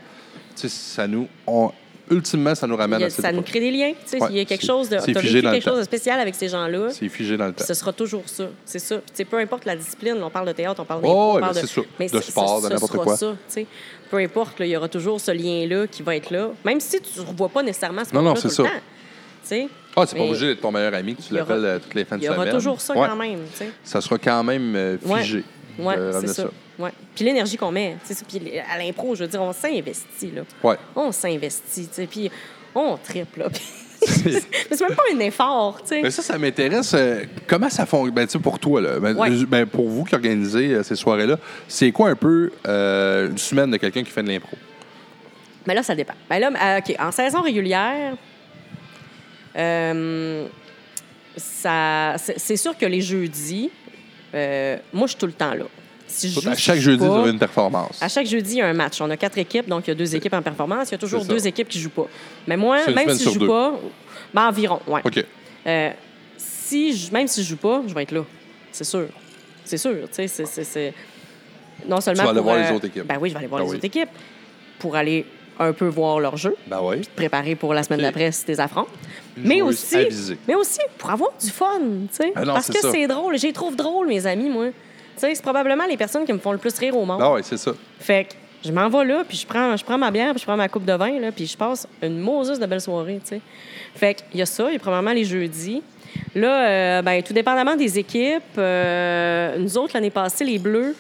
Tu sais, ça nous. on- Ultimement, ça nous ramène Il y a- à cette ça nous époque. crée des liens. tu sais, Ouais, il y a quelque c'est- chose de, c'est t'as figé vécu dans le quelque chose temps. de spécial avec ces gens-là. C'est figé dans le temps. Puis ce sera toujours ça. C'est ça. Puis, tu sais, peu importe la discipline, on parle de théâtre, on parle Oh, d'impro, on ouais, parle mais c'est ça. De c'est- sport, de ce n'importe sera quoi. ça, tu sais. Peu importe, là, il y aura toujours ce lien-là qui va être là. Même si tu ne revois pas nécessairement ce Non, non, moment-là tout c'est le ça. temps. Tu sais, Ah, c'est pas Mais obligé d'être ton meilleur ami que tu il y aura- l'appelles euh, toutes les fins de il y semaine. aura toujours ça Ouais. quand même. tu sais. Ça sera quand même euh, Ouais. figé. Ouais, de c'est ramener ça. Ouais. Puis l'énergie qu'on met, c'est ça. Puis à l'impro, je veux dire, on s'investit, là. Ouais. *laughs* On s'investit, tu sais. Puis on triple, là. *laughs* Mais c'est même pas un effort, tu sais. Mais ça, ça m'intéresse. euh, comment ça fonctionne? Ben, tu sais, pour toi, là, ben, Ouais. euh, ben, pour vous qui organisez euh, ces soirées-là, c'est quoi un peu euh, une semaine de quelqu'un qui fait de l'impro? Mais là, ça dépend. Mais là, euh, OK, en saison régulière, euh, ça, c'est c'est sûr que les jeudis, euh, moi, je suis tout le temps là. Si je Toi, À joue, chaque je joue jeudi, pas. vous avez une performance. À chaque jeudi, il y a un match. On a quatre équipes, donc il y a deux équipes en performance. Il y a toujours C'est ça. deux équipes qui jouent pas. Mais moi, C'est une même semaine si je sur joue deux. pas, ben environ, ouais. OK. Euh, si je- même si je joue pas, je vais être là. C'est sûr. C'est sûr. Tu sais, c'est- c'est- c'est- Non seulement. vas aller pour, voir les autres équipes. Ben oui, je vais aller voir Ah les oui. autres équipes pour aller un peu voir leur jeu, Ben oui. préparer pour la semaine Ok. d'après si t'es affronts. Une Mais joueuse aussi, avisée. mais aussi pour avoir du fun, tu sais. Ah non, Parce c'est que ça. c'est drôle. J'y trouve drôle, mes amis, moi. Tu sais, c'est probablement les personnes qui me font le plus rire au monde. Ben oui, c'est ça. Fait que je m'en vais là, puis je prends, je prends ma bière, puis je prends ma coupe de vin, là, puis je passe une Moses de belle soirée, tu sais. Fait qu'il y a ça, il y a probablement les jeudis. Là, euh, ben, tout dépendamment des équipes, euh, nous autres, l'année passée, les Bleus,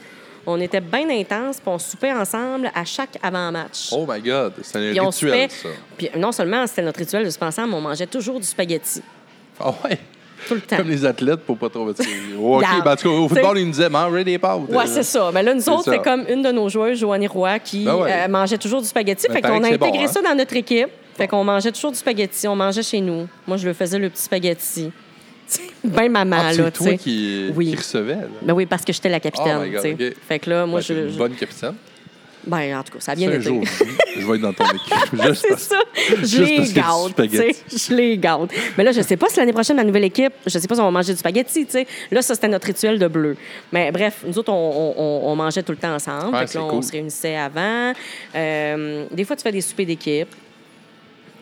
on était bien intenses, puis on soupait ensemble à chaque avant-match. Oh my God, c'est Puis un on rituel, ça. soupait- Puis non seulement c'était notre rituel de souper ensemble, mais on mangeait toujours du spaghetti, Ah ouais. tout le temps. Comme les athlètes pour pas trop être *laughs* OK, Ah. Garde. ben, en tout cas, au T'sais- football, ils nous disaient, mangez des pâtes. Ouais, c'est ça. Mais là, nous C'est autres, ça. c'est comme une de nos joueuses, Joanie Roy, qui Ben ouais. euh, mangeait toujours du spaghetti. Mais fait paraît qu'on a que c'est bon, intégré hein? ça dans notre équipe. Fait qu'on mangeait toujours du spaghetti. On mangeait chez nous. Moi, je le faisais le petit spaghetti. *laughs* ben maman, Ah, là, c'est tu toi sais. qui, Oui. qui recevais. Là. Ben oui, parce que j'étais la capitaine, Oh my God, tu sais. OK. Fait que là, moi, Ben, t'es je... une je- bonne capitaine. Ben, en tout cas, ça a bien Un été. jour, je je vais être dans *laughs* ton équipe. Juste C'est parce- ça. Juste Je les parce qu'il y a du garde. tu sais. Je les garde. Mais là, je sais pas si l'année prochaine, ma nouvelle équipe, je sais pas si on va manger du spaghetti. tu sais. Là, ça, c'était notre rituel de bleu. Mais bref, nous autres, on, on- on- on mangeait tout le temps ensemble. Ouais, Fait que c'est là, cool. on se réunissait avant. Euh, des fois, tu fais des soupers d'équipe.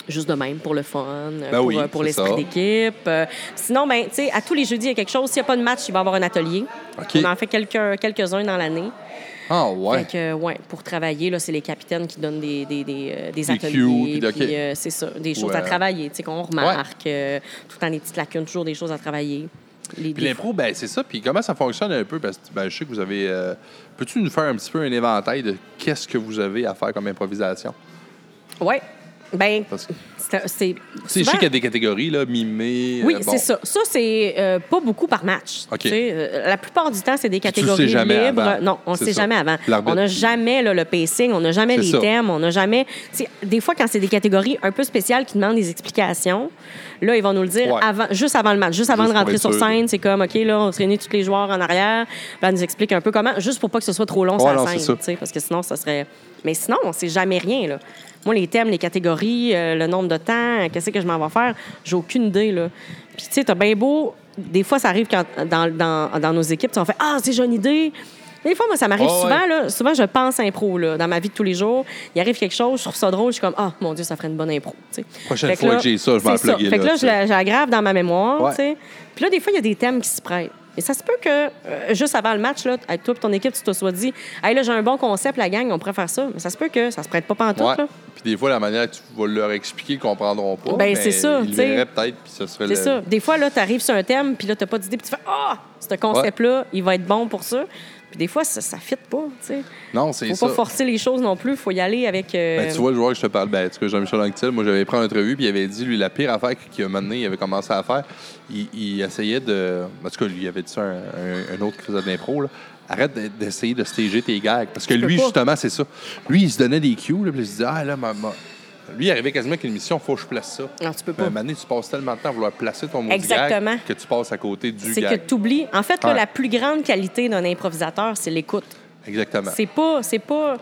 Juste de même, pour le fun, euh, Ben pour, oui, euh, pour c'est ça. l'esprit d'équipe. Euh, sinon, ben, tu sais, à tous les jeudis, il y a quelque chose. S'il n'y a pas de match, il va y avoir un atelier. OK. On en fait quelques- quelques-uns dans l'année. Ah ouais. Fait que, euh, ouais, pour travailler, là, c'est les capitaines qui donnent des, des, des, euh, des Des ateliers. cues, puis de- puis, OK. euh, c'est ça, des choses Ouais. à travailler, tu sais, qu'on remarque. euh, tout le temps, les petites lacunes, toujours des choses à travailler. Les, Puis des- l'impro, ben, c'est ça. Puis comment ça fonctionne un peu? Parce que ben, je sais que vous avez. euh, Peux-tu nous faire un petit peu un éventail de qu'est-ce que vous avez à faire comme improvisation? Ouais. Ben, Parce que- c'est- Tu sais, c'est. je sais souvent- qu'il y a des catégories, là, mimé. Oui, euh, bon. c'est ça. Ça, c'est euh, pas beaucoup par match. OK. Tu sais, euh, la plupart du temps, c'est des tu le catégories sais jamais libres. avant. Non, on ne C'est sait ça. jamais avant. L'arbitre- On n'a jamais là, le pacing, on n'a jamais C'est les ça. thèmes, on n'a jamais. tu sais, des fois, quand c'est des catégories un peu spéciales qui demandent des explications, là, ils vont nous le dire Ouais. avant, juste avant le match, juste avant Juste de rentrer pour sur être sûr. scène. C'est comme, OK, là, on se réunit tous les joueurs en arrière, puis elle nous explique un peu comment, juste pour pas que ce soit trop long sur Ouais, la non, scène, c'est ça. tu sais, parce que sinon, ça serait. Mais sinon, on sait jamais rien, là. Moi, les thèmes, les catégories, euh, le nombre de temps, euh, qu'est-ce que je m'en vais faire, j'ai aucune idée, là. Puis, tu sais, t'as bien beau. Des fois, ça arrive quand, dans, dans, dans nos équipes, tu sais, on fait Ah, c'est j'ai une idée. Des fois, moi, ça m'arrive Ah ouais. souvent, là. Souvent, je pense impro, là, dans ma vie de tous les jours. Il arrive quelque chose, je trouve ça drôle, je suis comme Ah, mon Dieu, ça ferait une bonne impro, tu sais. Prochaine Fait que fois là, que j'ai ça, je vais c'est la plugger, Fait que là, là, tu je sais. la- je la grave Euh, dans ma mémoire, Ouais. tu sais. Puis là, des fois, il y a des thèmes qui se prêtent. Et ça se peut que, euh, juste avant le match, là, avec toi et ton équipe, tu te sois dit Hey, là, j'ai un bon concept, la gang, on pourrait faire ça. Mais ça se peut que ça se prête pas pantoute, Ouais. là. Puis des fois, la manière que tu vas leur expliquer, ils comprendront pas. mais Ben, c'est ça, Ils tu le sais. verraient peut-être, puis ce serait le. C'est ça. Des fois, là, tu arrives sur un thème, puis là, t'as pas d'idée, puis tu fais Ah, ce concept-là, il va être bon pour ça. Puis des fois, ça, ça fit pas, tu sais. Non, c'est Faut ça. pas forcer les choses non plus, faut y aller avec. euh, Ben, tu vois, le joueur que je te parle, ben, tu vois, Jean-Michel Anctil, moi, j'avais pris une entrevue, puis il avait dit, lui, la pire affaire qu'il a mené, il avait commencé à faire, il, il essayait de. En tout cas, lui, il avait dit ça à un, un- un autre qui faisait de l'impro, là. Arrête d'e- d'essayer de stager tes gags. Parce que peux lui, pas. justement, c'est ça. Lui, il se donnait des cues, là, puis il se disait, ah, là, ma- ma- Lui, il arrivait quasiment avec une mission, faut que je place ça. Ben, Non, tu peux pas. Mais Mané, tu passes tellement de temps à vouloir placer ton mot Exactement. que tu passes à côté du c'est que gag. tu oublies. En fait, là, Ouais. la plus grande qualité d'un improvisateur, c'est l'écoute. Exactement. C'est pas, c'est pas.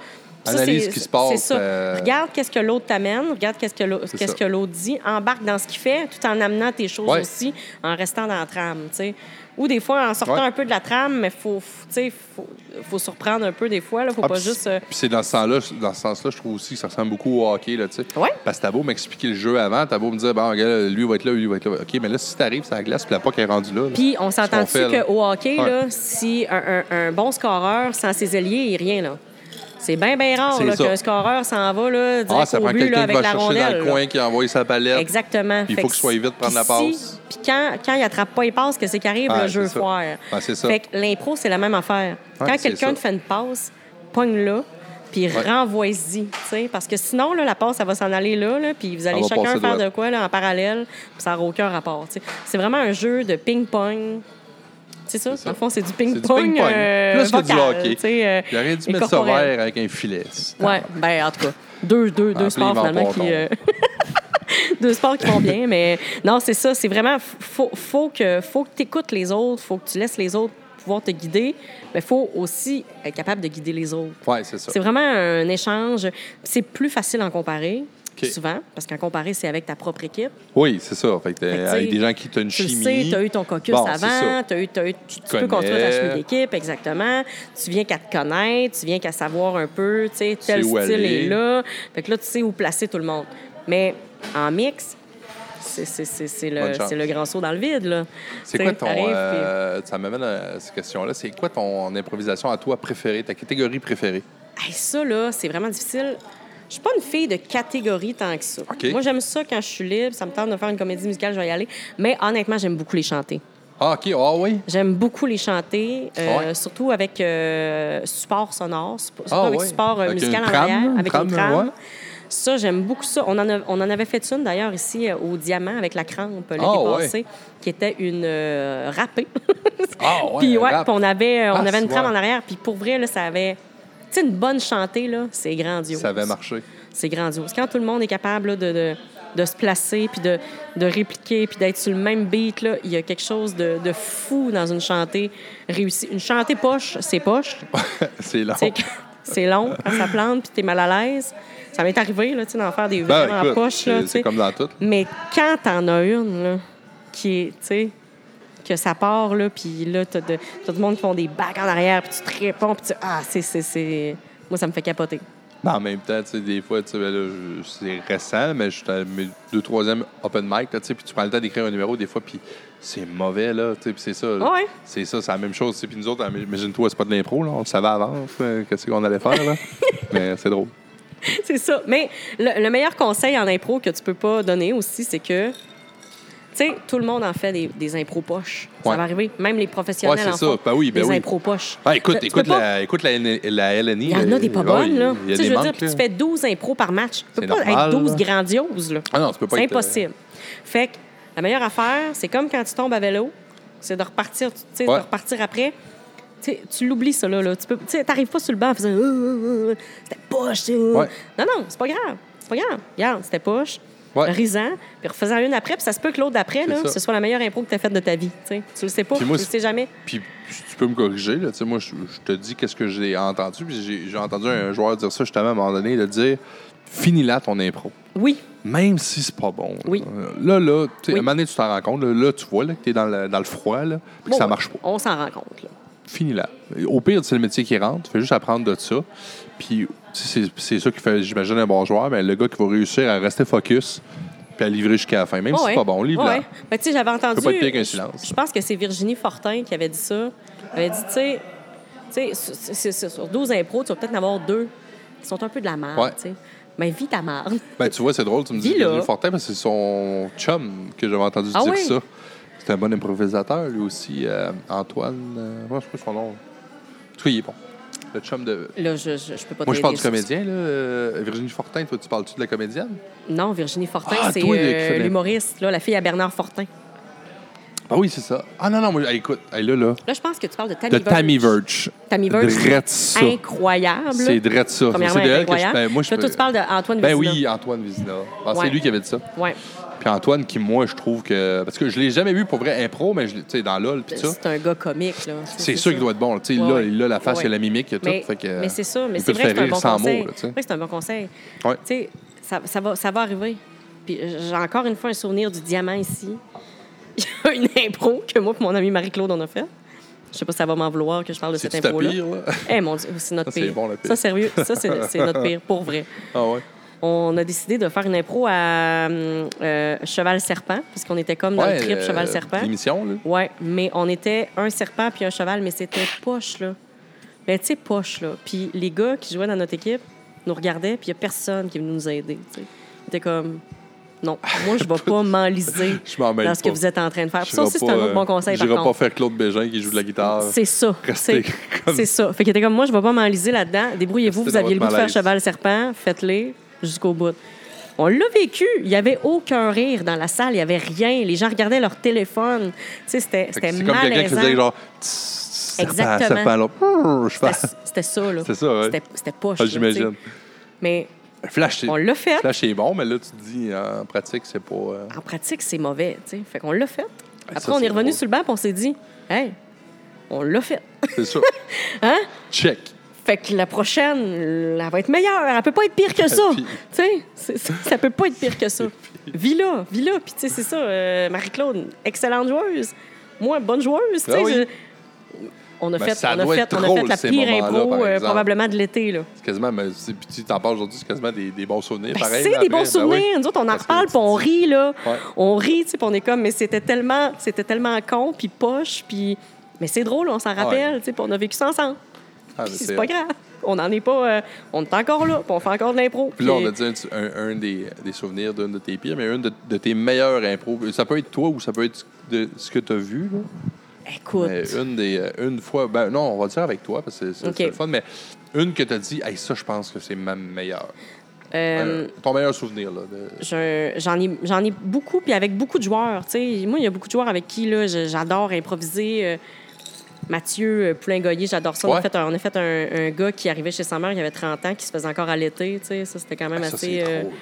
ça, Ben, Analyse c'est- ce qui se passe, C'est ça. euh, Regarde qu'est-ce que l'autre t'amène, regarde qu'est-ce que l'au- C'est qu'est-ce ça. que l'autre dit, embarque dans ce qu'il fait, tout en amenant tes choses Ouais. aussi, en restant dans la trame, tu sais. Ou des fois en sortant Ouais. un peu de la trame, mais faut, f- tu sais, faut, faut surprendre un peu des fois, là, faut Ah, pas puis- juste. euh, Puis c'est dans ce sens-là, dans ce sens-là, je trouve aussi que ça ressemble beaucoup au hockey, là, tu sais. Ouais. Parce que t'as beau m'expliquer le jeu avant, t'as beau me dire, bon, regarde, lui va être là, lui va être là. OK, mais là, si t'arrives, c'est la glace, puis la POC est rendue là. là. Puis on Qu'est-ce qu'on s'entend-tu fait, là? qu'au hockey, Ouais. là, si un, un- un bon scoreur sans ses ailiers, il est rien, là. C'est bien, bien rare C'est là, ça. qu'un scoreur s'en va là, direct Ah, ça au prend but là, quelqu'un qui avec va la chercher rondelle. dans le là. coin, qui envoie sa palette. Exactement. Puis il Fait faut que qu'il soit vite prendre la si- passe. Puis quand, quand il attrape pas les passes, que c'est qu'arrive Ouais, le jeu c'est ça. foire. Ouais, c'est ça. Fait que l'impro, c'est la même affaire. Ouais, quand c'est quelqu'un ça. te fait une passe, pogne-la, puis renvoie-y, tu sais, parce que sinon, là, la passe, elle va s'en aller là, là, puis vous allez va chacun passer faire droite. de quoi là, en parallèle, puis ça n'a aucun rapport, tu sais. C'est vraiment un jeu de ping-pong. C'est ça, ça. dans le fond, c'est du C'est du ping-pong ping-pong. euh, Plus que du vocal, hockey. tu sais, euh, Il aurait dû et mettre ça corporel. vert avec un filet. Ouais, ben en tout cas, deux, deux, deux Ah, puis sports ils vont finalement pas qui. tomber. euh, *laughs* deux sports qui vont bien, mais non, c'est ça, c'est vraiment. Faut, faut que, faut que tu écoutes les autres, faut que tu laisses les autres pouvoir te guider, mais faut aussi être capable de guider les autres. Ouais, c'est ça. C'est vraiment un échange. C'est plus facile en comparer, OK. souvent, parce qu'en comparer, c'est avec ta propre équipe. Oui, c'est ça. Fait que, euh, Fait que, tu sais, avec des gens qui t'ont une Tu le chimie. sais, tu as eu ton caucus Bon, c'est avant, ça. t'as eu, t'as eu- tu, tu peux connais. construire ta chimie d'équipe, exactement. Tu viens qu'à te connaître, tu viens qu'à savoir un peu, tu sais, tel sais où style aller. est là. Fait que là, tu sais où placer tout le monde. Mais en mix, c'est- c'est c'est- c'est le, Bonne chance. c'est le grand saut dans le vide, là. C'est Tu quoi sais, ton. t'arrives, puis- euh, Ça m'amène à cette question-là. C'est quoi ton improvisation à toi préférée, ta catégorie préférée? Hey, ça, là, c'est vraiment difficile. Je suis pas une fille de catégorie tant que ça. OK. Moi, j'aime ça quand je suis libre. Ça me tente de faire une comédie musicale, je vais y aller. Mais honnêtement, j'aime beaucoup les chanter. Ah, OK. Ah, oui. J'aime beaucoup les chanter, euh, Ouais. surtout avec euh, support sonore, sup- surtout Ah avec ouais. support euh, Avec une musical en trame, arrière, une avec trame, une trame. ouais. Ça, j'aime beaucoup ça. On en, a- on en avait fait une d'ailleurs ici euh, au Diamant avec la crampe euh, l'été Ah ouais. passé, qui était une euh, râpée. Ah, ouais. *laughs* puis un ouais, rap. puis on avait, euh, on Ah, avait c'est- une trame ouais. en arrière. Puis pour vrai, là, ça avait. Tu sais, une bonne chantée, là, c'est grandiose Ça avait marché. *laughs* c'est grandiose. Quand tout le monde est capable là, de, de, de se placer, puis de, de répliquer, puis d'être sur le même beat, là, il y a quelque chose de, de fou dans une chantée réussie. Une chantée poche, c'est poche. Oh. c'est long. Tu sais, quand- *laughs* c'est long quand ça plante, puis t'es mal à l'aise. Ça m'est arrivé là, tu sais, d'en faire des Ben, vraiment écoute, poches. là, c'est- tu sais. C'est comme dans tout. Mais quand t'en as une, là, qui est, tu sais, que ça part, là, puis là, t'as de- t'as tout le monde qui font des bacs en arrière, puis tu te réponds, puis tu... Ah, c'est- c'est... c'est- Moi, ça me fait capoter. Mais en même temps, tu sais, des fois, tu sais, ben là, je- c'est récent, mais je suis à mes deux, troisième open mic, là, tu sais, puis tu prends le temps d'écrire un numéro, des fois, puis c'est mauvais, là, tu sais, puis c'est ça. là. Ouais. C'est ça, c'est la même chose, tu sais, puis nous autres, imagine-toi, c'est pas de l'impro, là, on le savait avant, euh, qu'est-ce qu'on allait faire, *laughs* là. mais c'est drôle. C'est ça. Mais le, le meilleur conseil en impro que tu peux pas donner aussi, c'est que Tu sais, tout le monde en fait des, des impros poches. Ouais. Ça va arriver. Même les professionnels Ouais, c'est en ça. font Ben oui, ben des oui. impros poches. Ah, écoute, Tu- tu écoute, peux pas- la, écoute la, N- la LNI. Il y en a des pas là, bonnes, là. Ah Il y a Tu sais, des je veux dire, manques, puis tu là. fais 12 impros par match. Tu peux C'est pas normal, être 12 là. grandioses, là. Ah non, tu peux pas C'est être, euh, impossible. Fait que la meilleure affaire, c'est comme quand tu tombes à vélo, c'est de repartir, tu sais, de Ouais. repartir après. Tu sais, tu l'oublies, ça, là. là. Tu peux, tu sais, t'arrives pas sur le banc en faisant Euh, euh, euh, c'était poche, c'est, euh. Ouais. Non, non, c'est pas grave. C'est pas grave. Regarde, c'était poche. Ouais. Risant, puis refaisant une après, puis ça se peut que l'autre d'après, C'est là, ça. ce soit la meilleure impro que tu as faite de ta vie. tu sais. Tu le sais pas, Puis moi, tu le c'est- sais jamais. Puis tu tu peux me corriger, là. Tu sais, moi, je, je te dis qu'est-ce que j'ai entendu. Puis j'ai- j'ai entendu un joueur dire ça justement à un moment donné, de dire finis-la ton impro. Oui, Même si c'est pas bon. euh, Oui. Là, là, tu sais, à Oui. un moment donné, tu t'en rends compte. Là, là, tu vois là, que t'es dans, le- dans le froid, là, puis que Bon, ça ouais, marche pas. On s'en rend compte, là. Finis-la. Au pire, c'est le métier qui rentre. Tu fais juste apprendre de ça. Puis tu sais, c'est c'est ça qui fait, j'imagine, un bon joueur. Mais le gars qui va réussir à rester focus puis à livrer jusqu'à la fin. Même si c'est Ouais. pas bon, livre-la. Ouais. Ben, tu sais, j'avais entendu. pas être pire qu'un silence. Je je pense que c'est Virginie Fortin qui avait dit ça. Elle avait dit, tu sais, tu sais, sur- sur- sur- sur 12 impros, tu vas peut-être en avoir deux qui sont un peu de la merde, Ouais. tu sais. Mais vis ta merde. *laughs* Ben, tu vois, c'est drôle, tu me dis Dis-le. Virgile Fortin, parce que c'est son chum que j'avais entendu Ah dire oui? ça. C'est un bon improvisateur, lui aussi, euh, Antoine. euh, ouais, je sais pas son nom. En tout cas, il est bon. Le chum de. Là, je, je, je peux pas Moi, je t'aider parle du sur- comédien, là. euh, Virginie Fortin, toi, tu parles-tu de la comédienne? Non, Virginie Fortin, Ah, c'est toi, là, qui euh, fait de- l'humoriste, là, la fille à Bernard Fortin. Ah oui, c'est ça. Ah non, non, moi, hey, écoute, hey, là, là. Là, je pense que tu parles de Tammy De Verge. Tammy Verge. Tammy Verge. Drette ça. Incroyable. C'est drette ça. Premièrement, C'est de elle elle est que je. incroyable. Ben, moi, je Là, toi, peux- tu parles d'Antoine Ben Vézina. oui, Antoine Vizina. Ah, Ouais. C'est lui qui avait dit ça. Ouais. Puis Antoine, qui, moi, je trouve que. Parce que je l'ai jamais vu pour vrai impro, mais je l'ai- tu sais, dans LOL, puis ça. Ben, C'est un gars comique, là. C'est sûr qu'il doit être bon. Tu sais, il a- Ouais, il a la face, ouais. il a la mimique, il a tout. Mais, fait que, mais c'est ça, mais il c'est peut te vrai faire que c'est un rire bon sans conseil. mots, là, tu C'est sais. vrai que c'est un bon conseil. Ouais. Tu sais, ça, ça va, ça va arriver. Puis euh, j'ai encore une fois un souvenir du diamant ici. *laughs* Il y a une impro que moi et mon ami Marie-Claude on a faite. Je sais pas si ça va m'en vouloir que je parle de cette C'est-tu ta impro-là. pire, là? *laughs* Eh mon Dieu, c'est notre Ça, c'est pire. bon, la pire. Ça, sérieux, ça, c'est *laughs* c'est notre pire, pour vrai. Ah ouais. On a décidé de faire une impro à euh, euh, Cheval-Serpent, puisqu'on était comme dans Ouais, le trip euh, Cheval-Serpent. L'émission, là. Oui, mais on était un serpent puis un cheval, mais c'était poche, là. Mais tu sais, poche, là. Puis les gars qui jouaient dans notre équipe nous regardaient, puis il n'y a personne qui est venu nous aider. tu sais. Ils étaient comme, non, moi, je *laughs* ne vais pas m'enliser Je m'en mêle dans ce que pas. vous êtes en train de faire. Puis Ça J'irai aussi, c'est pas, un autre euh, bon conseil, par j'irai pas contre. faire Claude Bégin qui joue de la guitare. *laughs* C'est ça. Restez C'est comme- c'est ça. Fait qu'il était comme, moi, je ne vais pas m'enliser là-dedans. Débrouillez-vous, Restez vous dans aviez le goût votre de faire malaise. cheval-serpent, faites-les jusqu'au bout. On l'a vécu. Il n'y avait aucun rire dans la salle. Il n'y avait rien. Les gens regardaient leur téléphone. Tu sais, c'était Fait que C'est c'était comme quelqu'un qui malaisant. faisait genre. tss, serpent, Exactement. serpent, là. Brrr, Je fais. C'était c'était ça, là. C'est ça, ouais. C'était- C'était poche. Ah, là, J'imagine. tu sais. Mais Flash, c'est. on l'a fait. Flash, c'est bon, mais là, tu te dis, en pratique, c'est pas. euh, En pratique, c'est mauvais, tu sais. Fait qu'on l'a fait. Après, Ah, ça, on c'est est revenu drôle. sur le banc et on s'est dit, hey, on l'a fait. C'est ça. *laughs* Hein? Check. Fait que la prochaine, elle va être meilleure. Elle peut pas être pire que ça. Puis- tu sais, c'est- c'est- ça peut pas être pire que ça. Villa, Villa, puis tu sais, c'est ça. euh, Marie-Claude, excellente joueuse. Moi, bonne joueuse. tu sais, Ah oui. je- On a Ben, fait, ça on a doit fait, être on a drôle, fait la ces pire moments-là, impro par euh, exemple. probablement de l'été, là. C'est quasiment. mais c'est- Puis tu t'en parles aujourd'hui, c'est quasiment des, des bons souvenirs. Ben, pareil, c'est après. des bons Ben souvenirs. oui. Nous autres, on en Parce que reparle, tu puis on dis- rit, là. Ouais. On rit, tu sais, puis on est comme, mais c'était tellement, c'était tellement con, puis poche, puis... Mais c'est drôle, on s'en rappelle, tu sais, puis on a vécu ça ensemble. Ah, Puis mais c'est pas grave. On n'en est pas... euh, on est encore là, puis on fait encore de l'impro. Puis là, puis- on a dit un, un- un des, des souvenirs d'une de tes pires, mais une de, de tes meilleures impros. Ça peut être toi ou ça peut être de, ce que tu as vu. là. Écoute, Mais une, des, euh, une fois, ben non, on va dire avec toi parce que c'est c'est- OK. c'est le fun, mais une que tu as dit, hey, ça, je pense que c'est ma meilleure. euh, Euh, ton meilleur souvenir. Là, de- je- j'en ai, j'en ai beaucoup, puis avec beaucoup de joueurs. tu sais. Moi, il y a beaucoup de joueurs avec qui là, je- j'adore improviser. euh, Mathieu euh, Poulain-Goyer, j'adore ça. On Ouais. a fait, un, on a fait un, un gars qui arrivait chez sa mère, il avait 30 ans, qui se faisait encore allaiter. tu sais. Ça, c'était quand même Ah, ça, assez, c'est euh, drôle.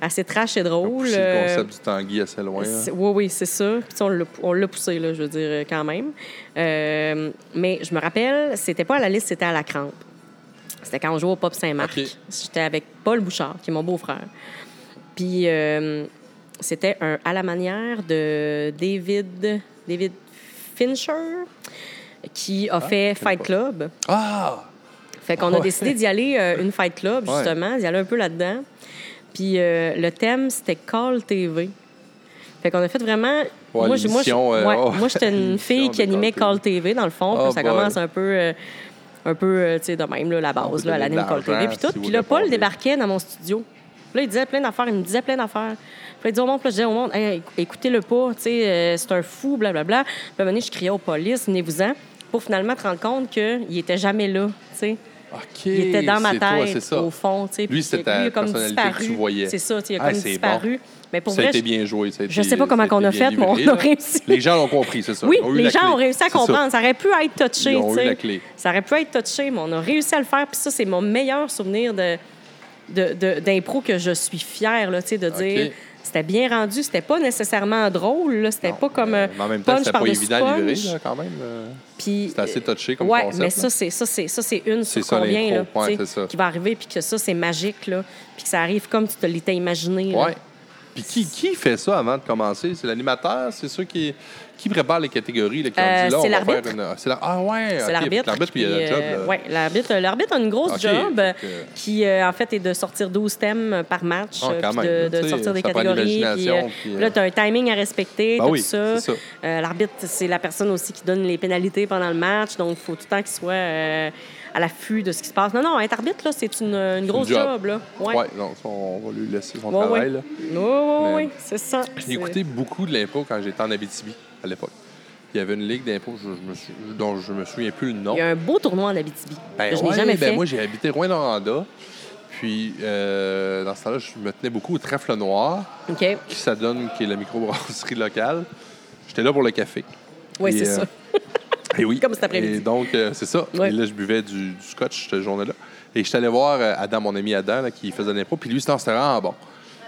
assez trash et On a drôle. poussé euh, le concept du tanguy assez loin. hein. là. C'est- Oui, oui, c'est ça. Puis tu sais, on l'a- on l'a poussé, là, je veux dire, euh, quand même. Euh, mais je me rappelle, c'était pas à la liste, c'était à la crampe. C'était quand on jouait au Pop Saint-Marc. OK. J'étais avec Paul Bouchard, qui est mon beau-frère. Puis euh, c'était un à la manière de David, David Fincher, qui a fait Fight Club. Ah! Fait qu'on Ouais. a décidé d'y aller euh, une Fight Club, Ouais. justement, d'y aller un peu là-dedans. Puis euh, le thème, c'était Call TV. Fait qu'on a fait vraiment. Ouais, moi, j'ai- moi, j'ai- l'émission, euh, ouais, oh. moi, j'étais une *laughs* fille L'émission qui de animait Call Call TV, dans le fond. Oh puis ça boy. commence un peu. euh, un peu, euh, tu sais, de même, là, la On peut base, là, donner elle de anime Call l'argent TV, puis tout. si vous Puis là, Paul répondez. débarquait dans mon studio. Puis là, il disait plein d'affaires, il me disait plein d'affaires. Puis il disait au monde, puis là, je disais au monde, Hey, écoutez-le pas, tu sais, euh, c'est un fou, blablabla. Puis à un moment donné, je criais aux polices, venez-vous-en, pour finalement te rendre compte qu'il était jamais là, tu sais. OK. Il était dans ma c'est toi, tête, c'est ça. au fond. tu sais, Lui, puis c'était il a ta comme personnalité que tu disparu. voyais. C'est ça, tu sais, il a Ah, comme c'est disparu. Mais pour ça vrai, a été je- bien joué. ça a je été- sais pas comment ça a qu'on a été bien fait, mais on livré, a là. réussi. Les gens l'ont compris, c'est ça. Oui, Ils ont eu les la gens clé. ont réussi à C'est ça. comprendre. Ça. aurait pu être touché. Ils ont eu tu sais. la clé. Ça aurait pu être touché, mais on a réussi à le faire. Puis ça, c'est mon meilleur souvenir de, de- de- d'impro que je suis fière, là, tu sais, de OK. dire. C'était bien rendu, c'était pas nécessairement drôle, là. c'était Non, pas comme euh, un mais en même temps, punch c'était pas par-dessus évident à livrer, punch. là, quand même. euh. Puis, euh, C'était assez touché comme ouais, concept, mais là. ça c'est ça c'est ça c'est une C'est sur ça, combien là, l'impro, ouais, tu sais, c'est ça. qui va arriver puis que ça c'est magique là, puis que ça arrive comme tu te l'étais imaginé. là. Ouais. Puis qui, qui fait ça avant de commencer? C'est l'animateur? C'est ceux qui, qui prépare les catégories? Là, qui ont Euh, dit, là, on c'est va l'arbitre. faire une- ah, c'est la- Ah ouais! C'est ok. l'arbitre. L'arbitre, puis il y a puis, le job. euh, là. ouais, l'arbitre, l'arbitre a une grosse Ok, job fait que- qui, euh, en fait, est de sortir 12 thèmes par match, Ah, euh, quand puis même, de, de tu sais, sortir des ça prend de catégories. Puis, l'imagination, euh, puis, euh, Là, tu as un timing à respecter, Ben tout oui, ça. c'est ça. Euh, l'arbitre, c'est la personne aussi qui donne les pénalités pendant le match, donc il faut tout le temps qu'il soit euh, à l'affût de ce qui se passe. Non, non, être arbitre, là, c'est une, une grosse job. job. là. Ouais. Ouais. donc ça, on va lui laisser son Ouais, ouais. travail. là. Ouais, ouais, Mais- ouais, c'est ça. J'ai écouté beaucoup de l'impro quand j'étais en Abitibi, à l'époque. Il y avait une ligue d'impro je, je me sou- dont je me souviens plus le nom. Il y a un beau tournoi en Abitibi Ben que je n'ai ouais, jamais ben fait. moi, j'ai habité Rouen-Noranda. Puis, euh, dans ce temps-là, je me tenais beaucoup au trèfle noir, OK. qui ça donne, qui est la microbrasserie locale. J'étais là pour le café. Oui, Et, c'est euh, ça. Et oui. Comme cet après-midi. Et donc, euh, c'est ça. Ouais. Et là, je buvais du, du scotch cette journée-là. Et je suis allé voir euh, Adam, mon ami Adam, là, qui faisait de l'impro. Puis lui, c'était c'était vraiment bon.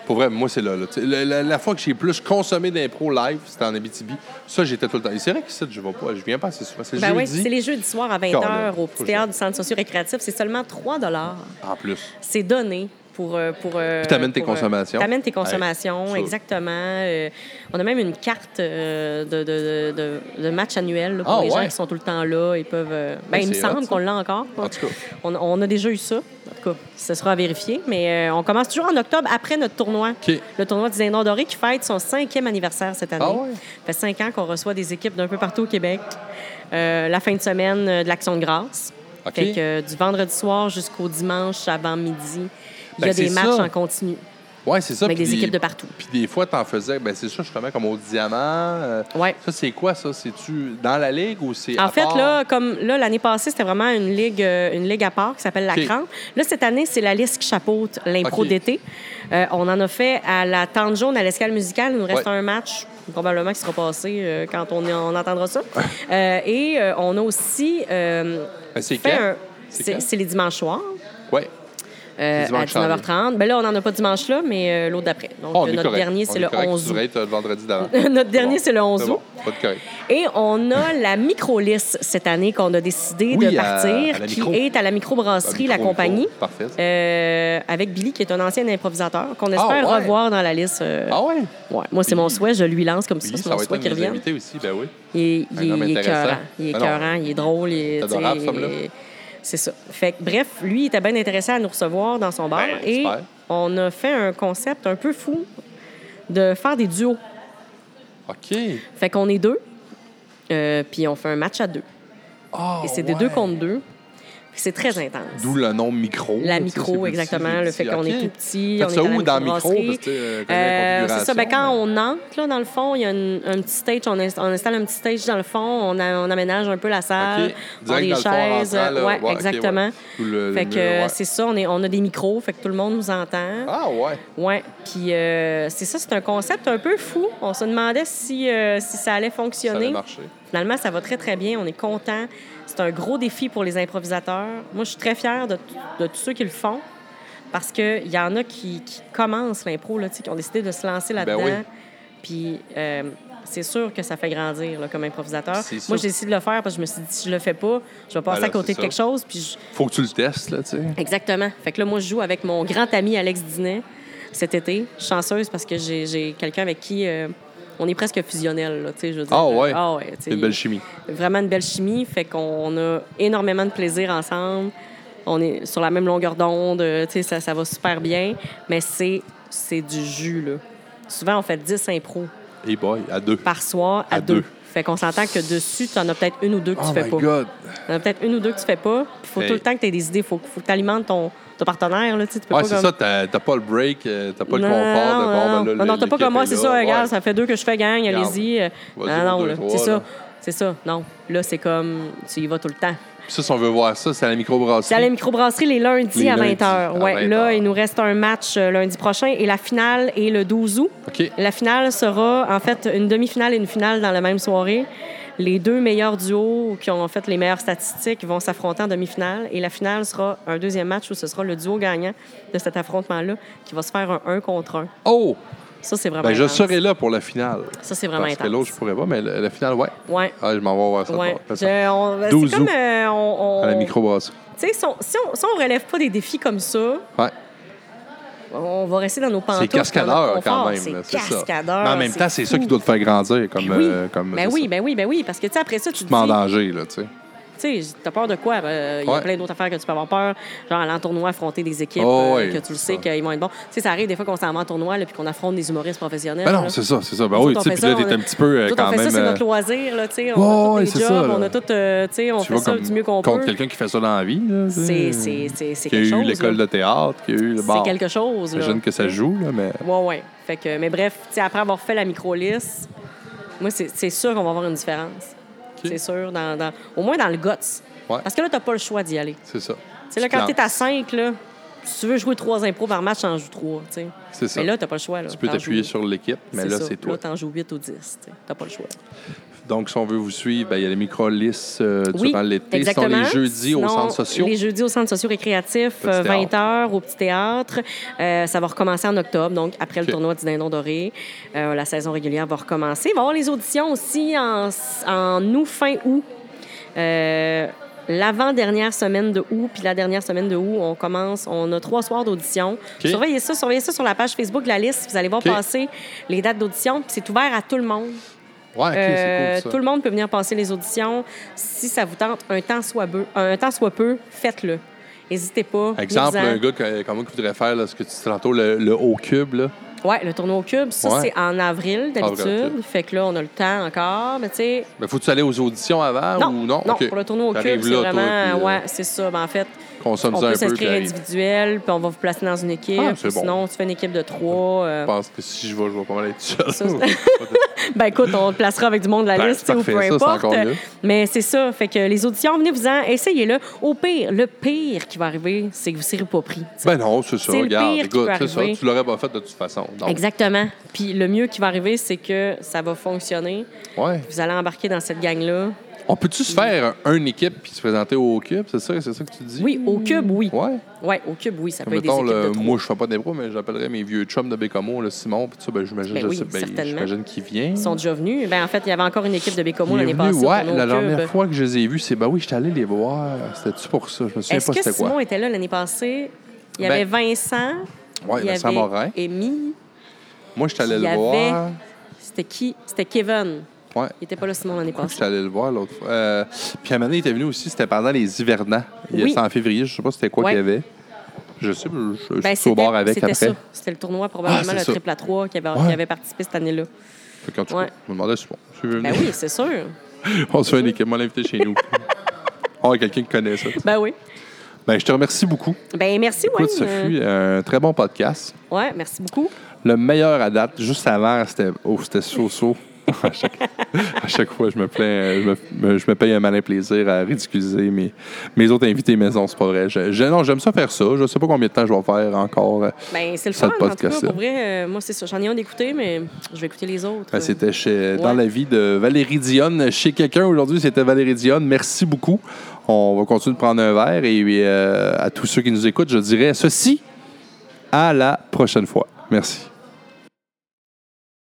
Pour vrai, moi, c'est là. là. Tu sais, La, la- la fois que j'ai plus consommé d'impro live, c'était en Abitibi. Ça, j'étais tout le temps. Et c'est vrai que ça, je vais pas. Je viens pas assez souvent. C'est Ben oui, jeudi. c'est les jeudis soirs à Colin, 20h au petit faut théâtre du Centre socio-récréatif. C'est seulement 3 En plus. C'est donné pour... euh, pour euh, Puis t'amènes tes pour, euh, consommations. T'amènes tes consommations, Hey, ça. exactement. Euh, on a même une carte euh, de, de, de, de match annuel là, pour Ah, les gens ouais. qui sont tout le temps là. Ils peuvent... euh, ben, Hey, il me c'est hot, semble ça. qu'on l'a encore. En tout cas. On, on a déjà eu ça. En tout cas, ce sera à vérifier. Mais euh, on commence toujours en octobre après notre tournoi. OK. Le tournoi des Indons Dorés qui fête son cinquième anniversaire cette année. Ah ouais? Ça fait cinq ans qu'on reçoit des équipes d'un peu partout au Québec. Euh, la fin de semaine euh, de l'Action de grâce. OK. Fait que, euh, du vendredi soir jusqu'au dimanche avant midi, il y Ben, a des c'est matchs ça. en continu. Ouais, c'est ça. Avec Puis des équipes de partout. Puis des fois, t'en faisais. Ben, c'est ça, justement, comme au diamant. euh, Ouais. Ça, c'est quoi, ça? C'est-tu dans la ligue ou c'est. En à fait, part? là, comme là, l'année passée, c'était vraiment une ligue, euh, une ligue à part qui s'appelle La OK. Crampe. Là, cette année, c'est la liste qui chapeaute l'impro OK. d'été. Euh, on en a fait à la Tente jaune, à l'escale musicale. Il nous reste Ouais. un match, probablement, qui sera passé euh, quand on, on entendra ça. Euh, et euh, on a aussi euh, Ben, c'est fait quand? un... C'est C'est quand? c'est les dimanches soirs. Ouais. euh, Les à dimanches 19h30. Ben là, on n'en a pas dimanche là, mais euh, l'autre d'après. Donc, Oh, on euh, est notre correct. dernier, On c'est est le correct. 11 Tu août. devrais être euh, le vendredi d'avant. *laughs* Notre dernier, bon. c'est le 11 C'est bon. août. Pas de correct. Et on a la micro-liste cette année qu'on a décidé Oui, de à- partir, à la qui micro. est à la microbrasserie La Micro, Compagnie, micro. Parfait. ça. euh, avec Billy, qui est un ancien improvisateur, qu'on espère ouais. revoir dans la liste. euh, Ah ouais? ouais. Moi, c'est Billy. mon souhait, je lui lance comme ça, Oui, c'est ça mon va être un de souhait qu'il mes revienne. invités aussi, ben oui. Il est, il Un homme est, il est intéressant. écœurant. Il est Ah non. écœurant, il est drôle. Il est, C'est adorable, tu sais, ce homme-là. il est- C'est ça. Fait que, bref, lui, il était bien intéressé à nous recevoir dans son bar. Ben, et super. on a fait un concept un peu fou de faire des duos. OK. Fait qu'on est deux, euh, puis on fait un match à deux. Ah, et c'est des ouais. deux contre deux. Puis C'est très intense. D'où le nom micro. La tu sais, c'est micro, plus exactement. petit, Le fait petit. qu'on est OK. tout petit. Faites on est ça à la où, dans micro? microbrasserie. Parce que, euh, comme la Euh, c'est ça. Ben, quand configuration, on entre, là, dans le fond, il y a une- un petit stage. On, inst- on installe un petit stage dans le fond. On, a- on aménage un peu la salle. OK. On a Direct des dans le fond, en chaises. rentrant, là, ouais, ouais, OK, exactement. ouais. Ou le- Fait le que mur, euh, ouais. c'est ça. On, est, on a des micros. Fait que tout le monde nous entend. Ah ouais. Ouais. Puis euh, c'est ça. C'est un concept un peu fou. On se demandait si, euh, si ça allait Ça fonctionner. va marcher. Finalement, ça va très, très bien. On est content. C'est un gros défi pour les improvisateurs. Moi, je suis très fière de, t- de tous ceux qui le font parce qu'il y en a qui, qui commencent l'impro, là, tu sais, qui ont décidé de se lancer là-dedans. Ben oui. Puis euh, c'est sûr que ça fait grandir là, comme improvisateur. C'est sûr. Moi, j'ai décidé de le faire parce que je me suis dit, si je le fais pas, je vais passer Ben là, à côté c'est de quelque ça. chose. Puis je- Faut que tu le testes, là, tu sais. Exactement. Fait que là, moi, je joue avec mon grand ami Alex Dinet cet été. Je suis Chanceuse parce que j'ai j'ai quelqu'un avec qui euh, on est presque fusionnel. là, tu sais, je veux dire. Ah ouais. Ah ouais. tu sais, C'est une belle chimie. vraiment une belle chimie. Fait qu'on a énormément de plaisir ensemble. On est sur la même longueur d'onde. euh, Tu sais, ça, ça va super bien. Mais c'est, c'est du jus, là. Souvent, on fait 10 impros Hey boy, à deux. par soir à, À deux. deux. Fait qu'on s'entend que dessus, tu en as peut-être une ou deux que tu Oh fais my pas. God! Il y en a peut-être une ou deux que tu fais pas. Il faut Hey. tout le temps que tu aies des idées. Il faut, faut que tu alimentes ton, ton partenaire. Là, tu sais, tu peux Ouais, pas c'est comme... ça, t'as t'as pas le break, euh, t'as pas le Non, confort de bon, ben non, non, là, non, le- non, t'as pas l'équipe comme moi, est c'est là. ça, Ouais. regarde, ça fait deux que je fais gang, Regarde. allez-y. Euh, Vas-y, Non, non, deux, là, trois, c'est ça. là. C'est ça, non. Là, c'est comme, tu y vas tout le temps. Puis ça, si on veut voir ça, c'est à la microbrasserie. C'est à la microbrasserie les lundis Les à lundis 20h. à Ouais, 20 là, heures. il nous reste un match euh, lundi prochain et la finale est le 12 août. OK. La finale sera, en fait, une demi-finale et une finale dans la même soirée. Les deux meilleurs duos qui ont en fait les meilleures statistiques vont s'affronter en demi-finale. Et la finale sera un deuxième match où ce sera le duo gagnant de cet affrontement-là qui va se faire un 1 contre 1. Oh! Ça, c'est vraiment Ben, je intense. serai Ah, là pour la finale. Ça, c'est vraiment Parce que l'autre, intense. je pourrais pas, mais le- la finale, ouais. Ouais. Ah, je m'en vais voir ça. Ouais. Fais ça. Je- on- ben, 12 C'est comme août. euh, on. on- À la microbrasserie. Tu sais, si on, si, on, si on relève pas des défis comme ça, Ouais. on va rester dans nos pantoufles. C'est dans cascadeur notre quand confort. même. là, C'est cascadeur. Mais en même temps, c'est ça fou. qui doit te faire grandir comme. Ben oui, euh, comme ben c'est oui, ça. ben oui, ben oui, parce que tu sais, après ça, tu te Tu te mets en dis, danger, là, tu sais. tu sais, t'as peur de quoi? Ben, Il y a Ouais. plein d'autres affaires que tu peux avoir peur, genre aller en tournoi, affronter des équipes, Oh, euh, ouais, que tu c'est le sais ça. qu'ils vont être bons. Tu sais, ça arrive des fois qu'on s'en va en tournoi, là, puis qu'on affronte des humoristes professionnels. Ben non, là. c'est ça, c'est ça. Ben Nous oui, tu autres, on sais, fait puis là, ça, on t'es a- un petit peu euh, Nous autres, quand on fait ça, même. c'est euh, notre loisir, là, tu sais. Ouais, On a ouais, tous c'est des ça, jobs, là. on a tout, euh, tu sais, on tu fait vois, ça comme du mieux qu'on Contre peut. quelqu'un qui fait ça dans la vie, là. tu sais, C'est c'est- c'est- c'est Qui a quelque eu chose. l'école là. de théâtre, qui a eu le C'est bar. quelque chose, là. J'imagine que ça joue, là, mais. Ouais, ouais. Fait que, mais bref, tu sais, après avoir fait la micro-lisse, moi, c'est c'est sûr qu'on va avoir une différence. Ok. C'est sûr, dans, dans- au moins dans le guts. Ouais. Parce que là, t'as pas le choix d'y aller. C'est ça. Tu sais, là, Tu quand te t'es à 5, là, si tu veux jouer 3 impros par match, t'en joues 3, tu sais. C'est ça. Mais là, t'as pas le choix, là. Tu peux t'appuyer sur l'équipe, mais là, c'est toi. Là, t'en joues 8 ou 10, tu sais. T'as pas le choix. Donc, si on veut vous suivre, ben, il y a les micro-listes euh, Oui, durant l'été. Ce sont exactement. les jeudis Sinon, au centre sociaux. Les jeudis au centre sociaux récréatif, Petit théâtre. 20h au petit théâtre. Euh, ça va recommencer en octobre, donc après OK. le tournoi du Dindon Doré. Euh, la saison régulière va recommencer. Il va y avoir les auditions aussi en, en août, fin août. Euh, L'avant-dernière semaine de août, puis la dernière semaine de août, on commence, on a trois soirs d'audition. OK. Surveillez ça, surveillez ça sur la page Facebook de la liste. Vous allez voir OK. passer les dates d'audition, puis c'est ouvert à tout le monde. Ouais, ok, Euh, c'est cool, ça. tout le monde peut venir passer les auditions. Si ça vous tente, un temps soit peu, un temps soit peu faites-le. N'hésitez pas. Exemple, venez-en. un gars que- comme moi qui voudrait faire là, ce que tu disais tantôt, le, le haut cube, là. Ouais, le tournoi au cube, ça, Ouais. c'est en Avril, avril d'habitude. Fait que là, on a le temps encore. Mais tu sais, Ben, faut-tu aller aux auditions avant non, Ah, ou non? Ok. pour le tournoi au T'arrives cube, c'est là, toi, vraiment. puis, euh, ouais, c'est ça. Ben, en fait, Consomme on ça un peut peu. s'inscrire puis, hey, individuel, puis on va vous placer dans une équipe. Ah, c'est bon. Sinon, tu fais une équipe de trois. euh, Je pense que si je vais, je vais pas mal être seul. Ça, Ben écoute, on te placera avec du monde de la Ben, liste, c'est tu sais, ou peu parfait, ça, c'est importe. encore mieux. Mais c'est ça. Fait que les auditions, venez-vous-en, essayez-le. Au pire, le pire qui va arriver, c'est que vous serez pas pris. tu *laughs* sais. ben non, c'est ça. C'est le Regarde, pire qui écoute, peut c'est ça. arriver. Tu l'aurais pas fait de toute façon. Donc, Exactement. Puis le mieux qui va arriver, c'est que ça va fonctionner. Ouais. Vous allez embarquer dans cette gang-là. On peut-tu se faire un- une équipe puis se présenter au haut cube? C'est ça, c'est ça que tu dis? Oui, au cube, oui. Ouais. Ouais, au cube, oui, ça peut être des Mettons, équipes le, de trois. moi, je fais pas d'impro, mais j'appellerais mes vieux chums de Bécamo, le Simon, puis ça, ben, j'imagine, Ben je oui, sais- ben, certainement. j'imagine qu'il vient. Ils sont déjà venus. Ben en fait, il y avait encore une équipe de Bécomo Il est l'année venu, passée. au ouais, tournoi au la cube. dernière fois que je les ai vus, c'est ben oui, j'étais allé les voir. C'était-tu pour ça? Je me souviens Est-ce pas que c'était Simon quoi. était là l'année passée? Il y Ben, avait Vincent. Ouais, il y Vincent avait Morin. Émy. Moi, j'étais allé il le y voir. avait- C'était qui? C'était Kevin. Ouais. Il était pas là Simon l'année J'étais passée. allé le voir l'autre fois. Euh, puis à un moment donné, il était venu aussi, c'était pendant les hivernants. Il- Oui. C'était en février, je sais pas c'était quoi Ouais. qu'il y avait. Je sais, mais je, je Ben, suis au c'était bord avec c'était après. ça. C'était le tournoi, probablement Ah, c'est le ça. Ben triple à 3 qui avait, Ouais. qui avait participé cette année-là. Fait que, en tout cas, Ouais. je me demandais si bon. si tu veux Ben venir. oui, c'est sûr. On se fait une équipe, on l'invite chez *laughs* nous. Oh, quelqu'un qui connaît ça. Ben oui. Ben, je te remercie beaucoup. Ben merci, Écoute, Wayne. ce Euh, fut un très bon podcast. Ouais, merci beaucoup. Le meilleur à date, juste avant, c'était oh, c'était so-so. à, chaque, à chaque fois, je me, plains, je, me, je me paye un malin plaisir à ridiculiser mes, mes autres invités maison, c'est pas vrai. Je, je- non, j'aime ça faire ça. Je sais pas combien de temps je vais faire encore. euh, Ben c'est le Ça fun, te en tout cas, podcast-là. pour vrai. euh, moi, c'est ça. J'en ai un d'écouter, mais je vais écouter les autres. Ben, c'était chez- dans Ouais. la vie de Valérie Dionne. Chez quelqu'un aujourd'hui, c'était Valérie Dionne. Merci beaucoup. On va continuer de prendre un verre. Et euh, à tous ceux qui nous écoutent, je dirais ceci. À la prochaine fois. Merci.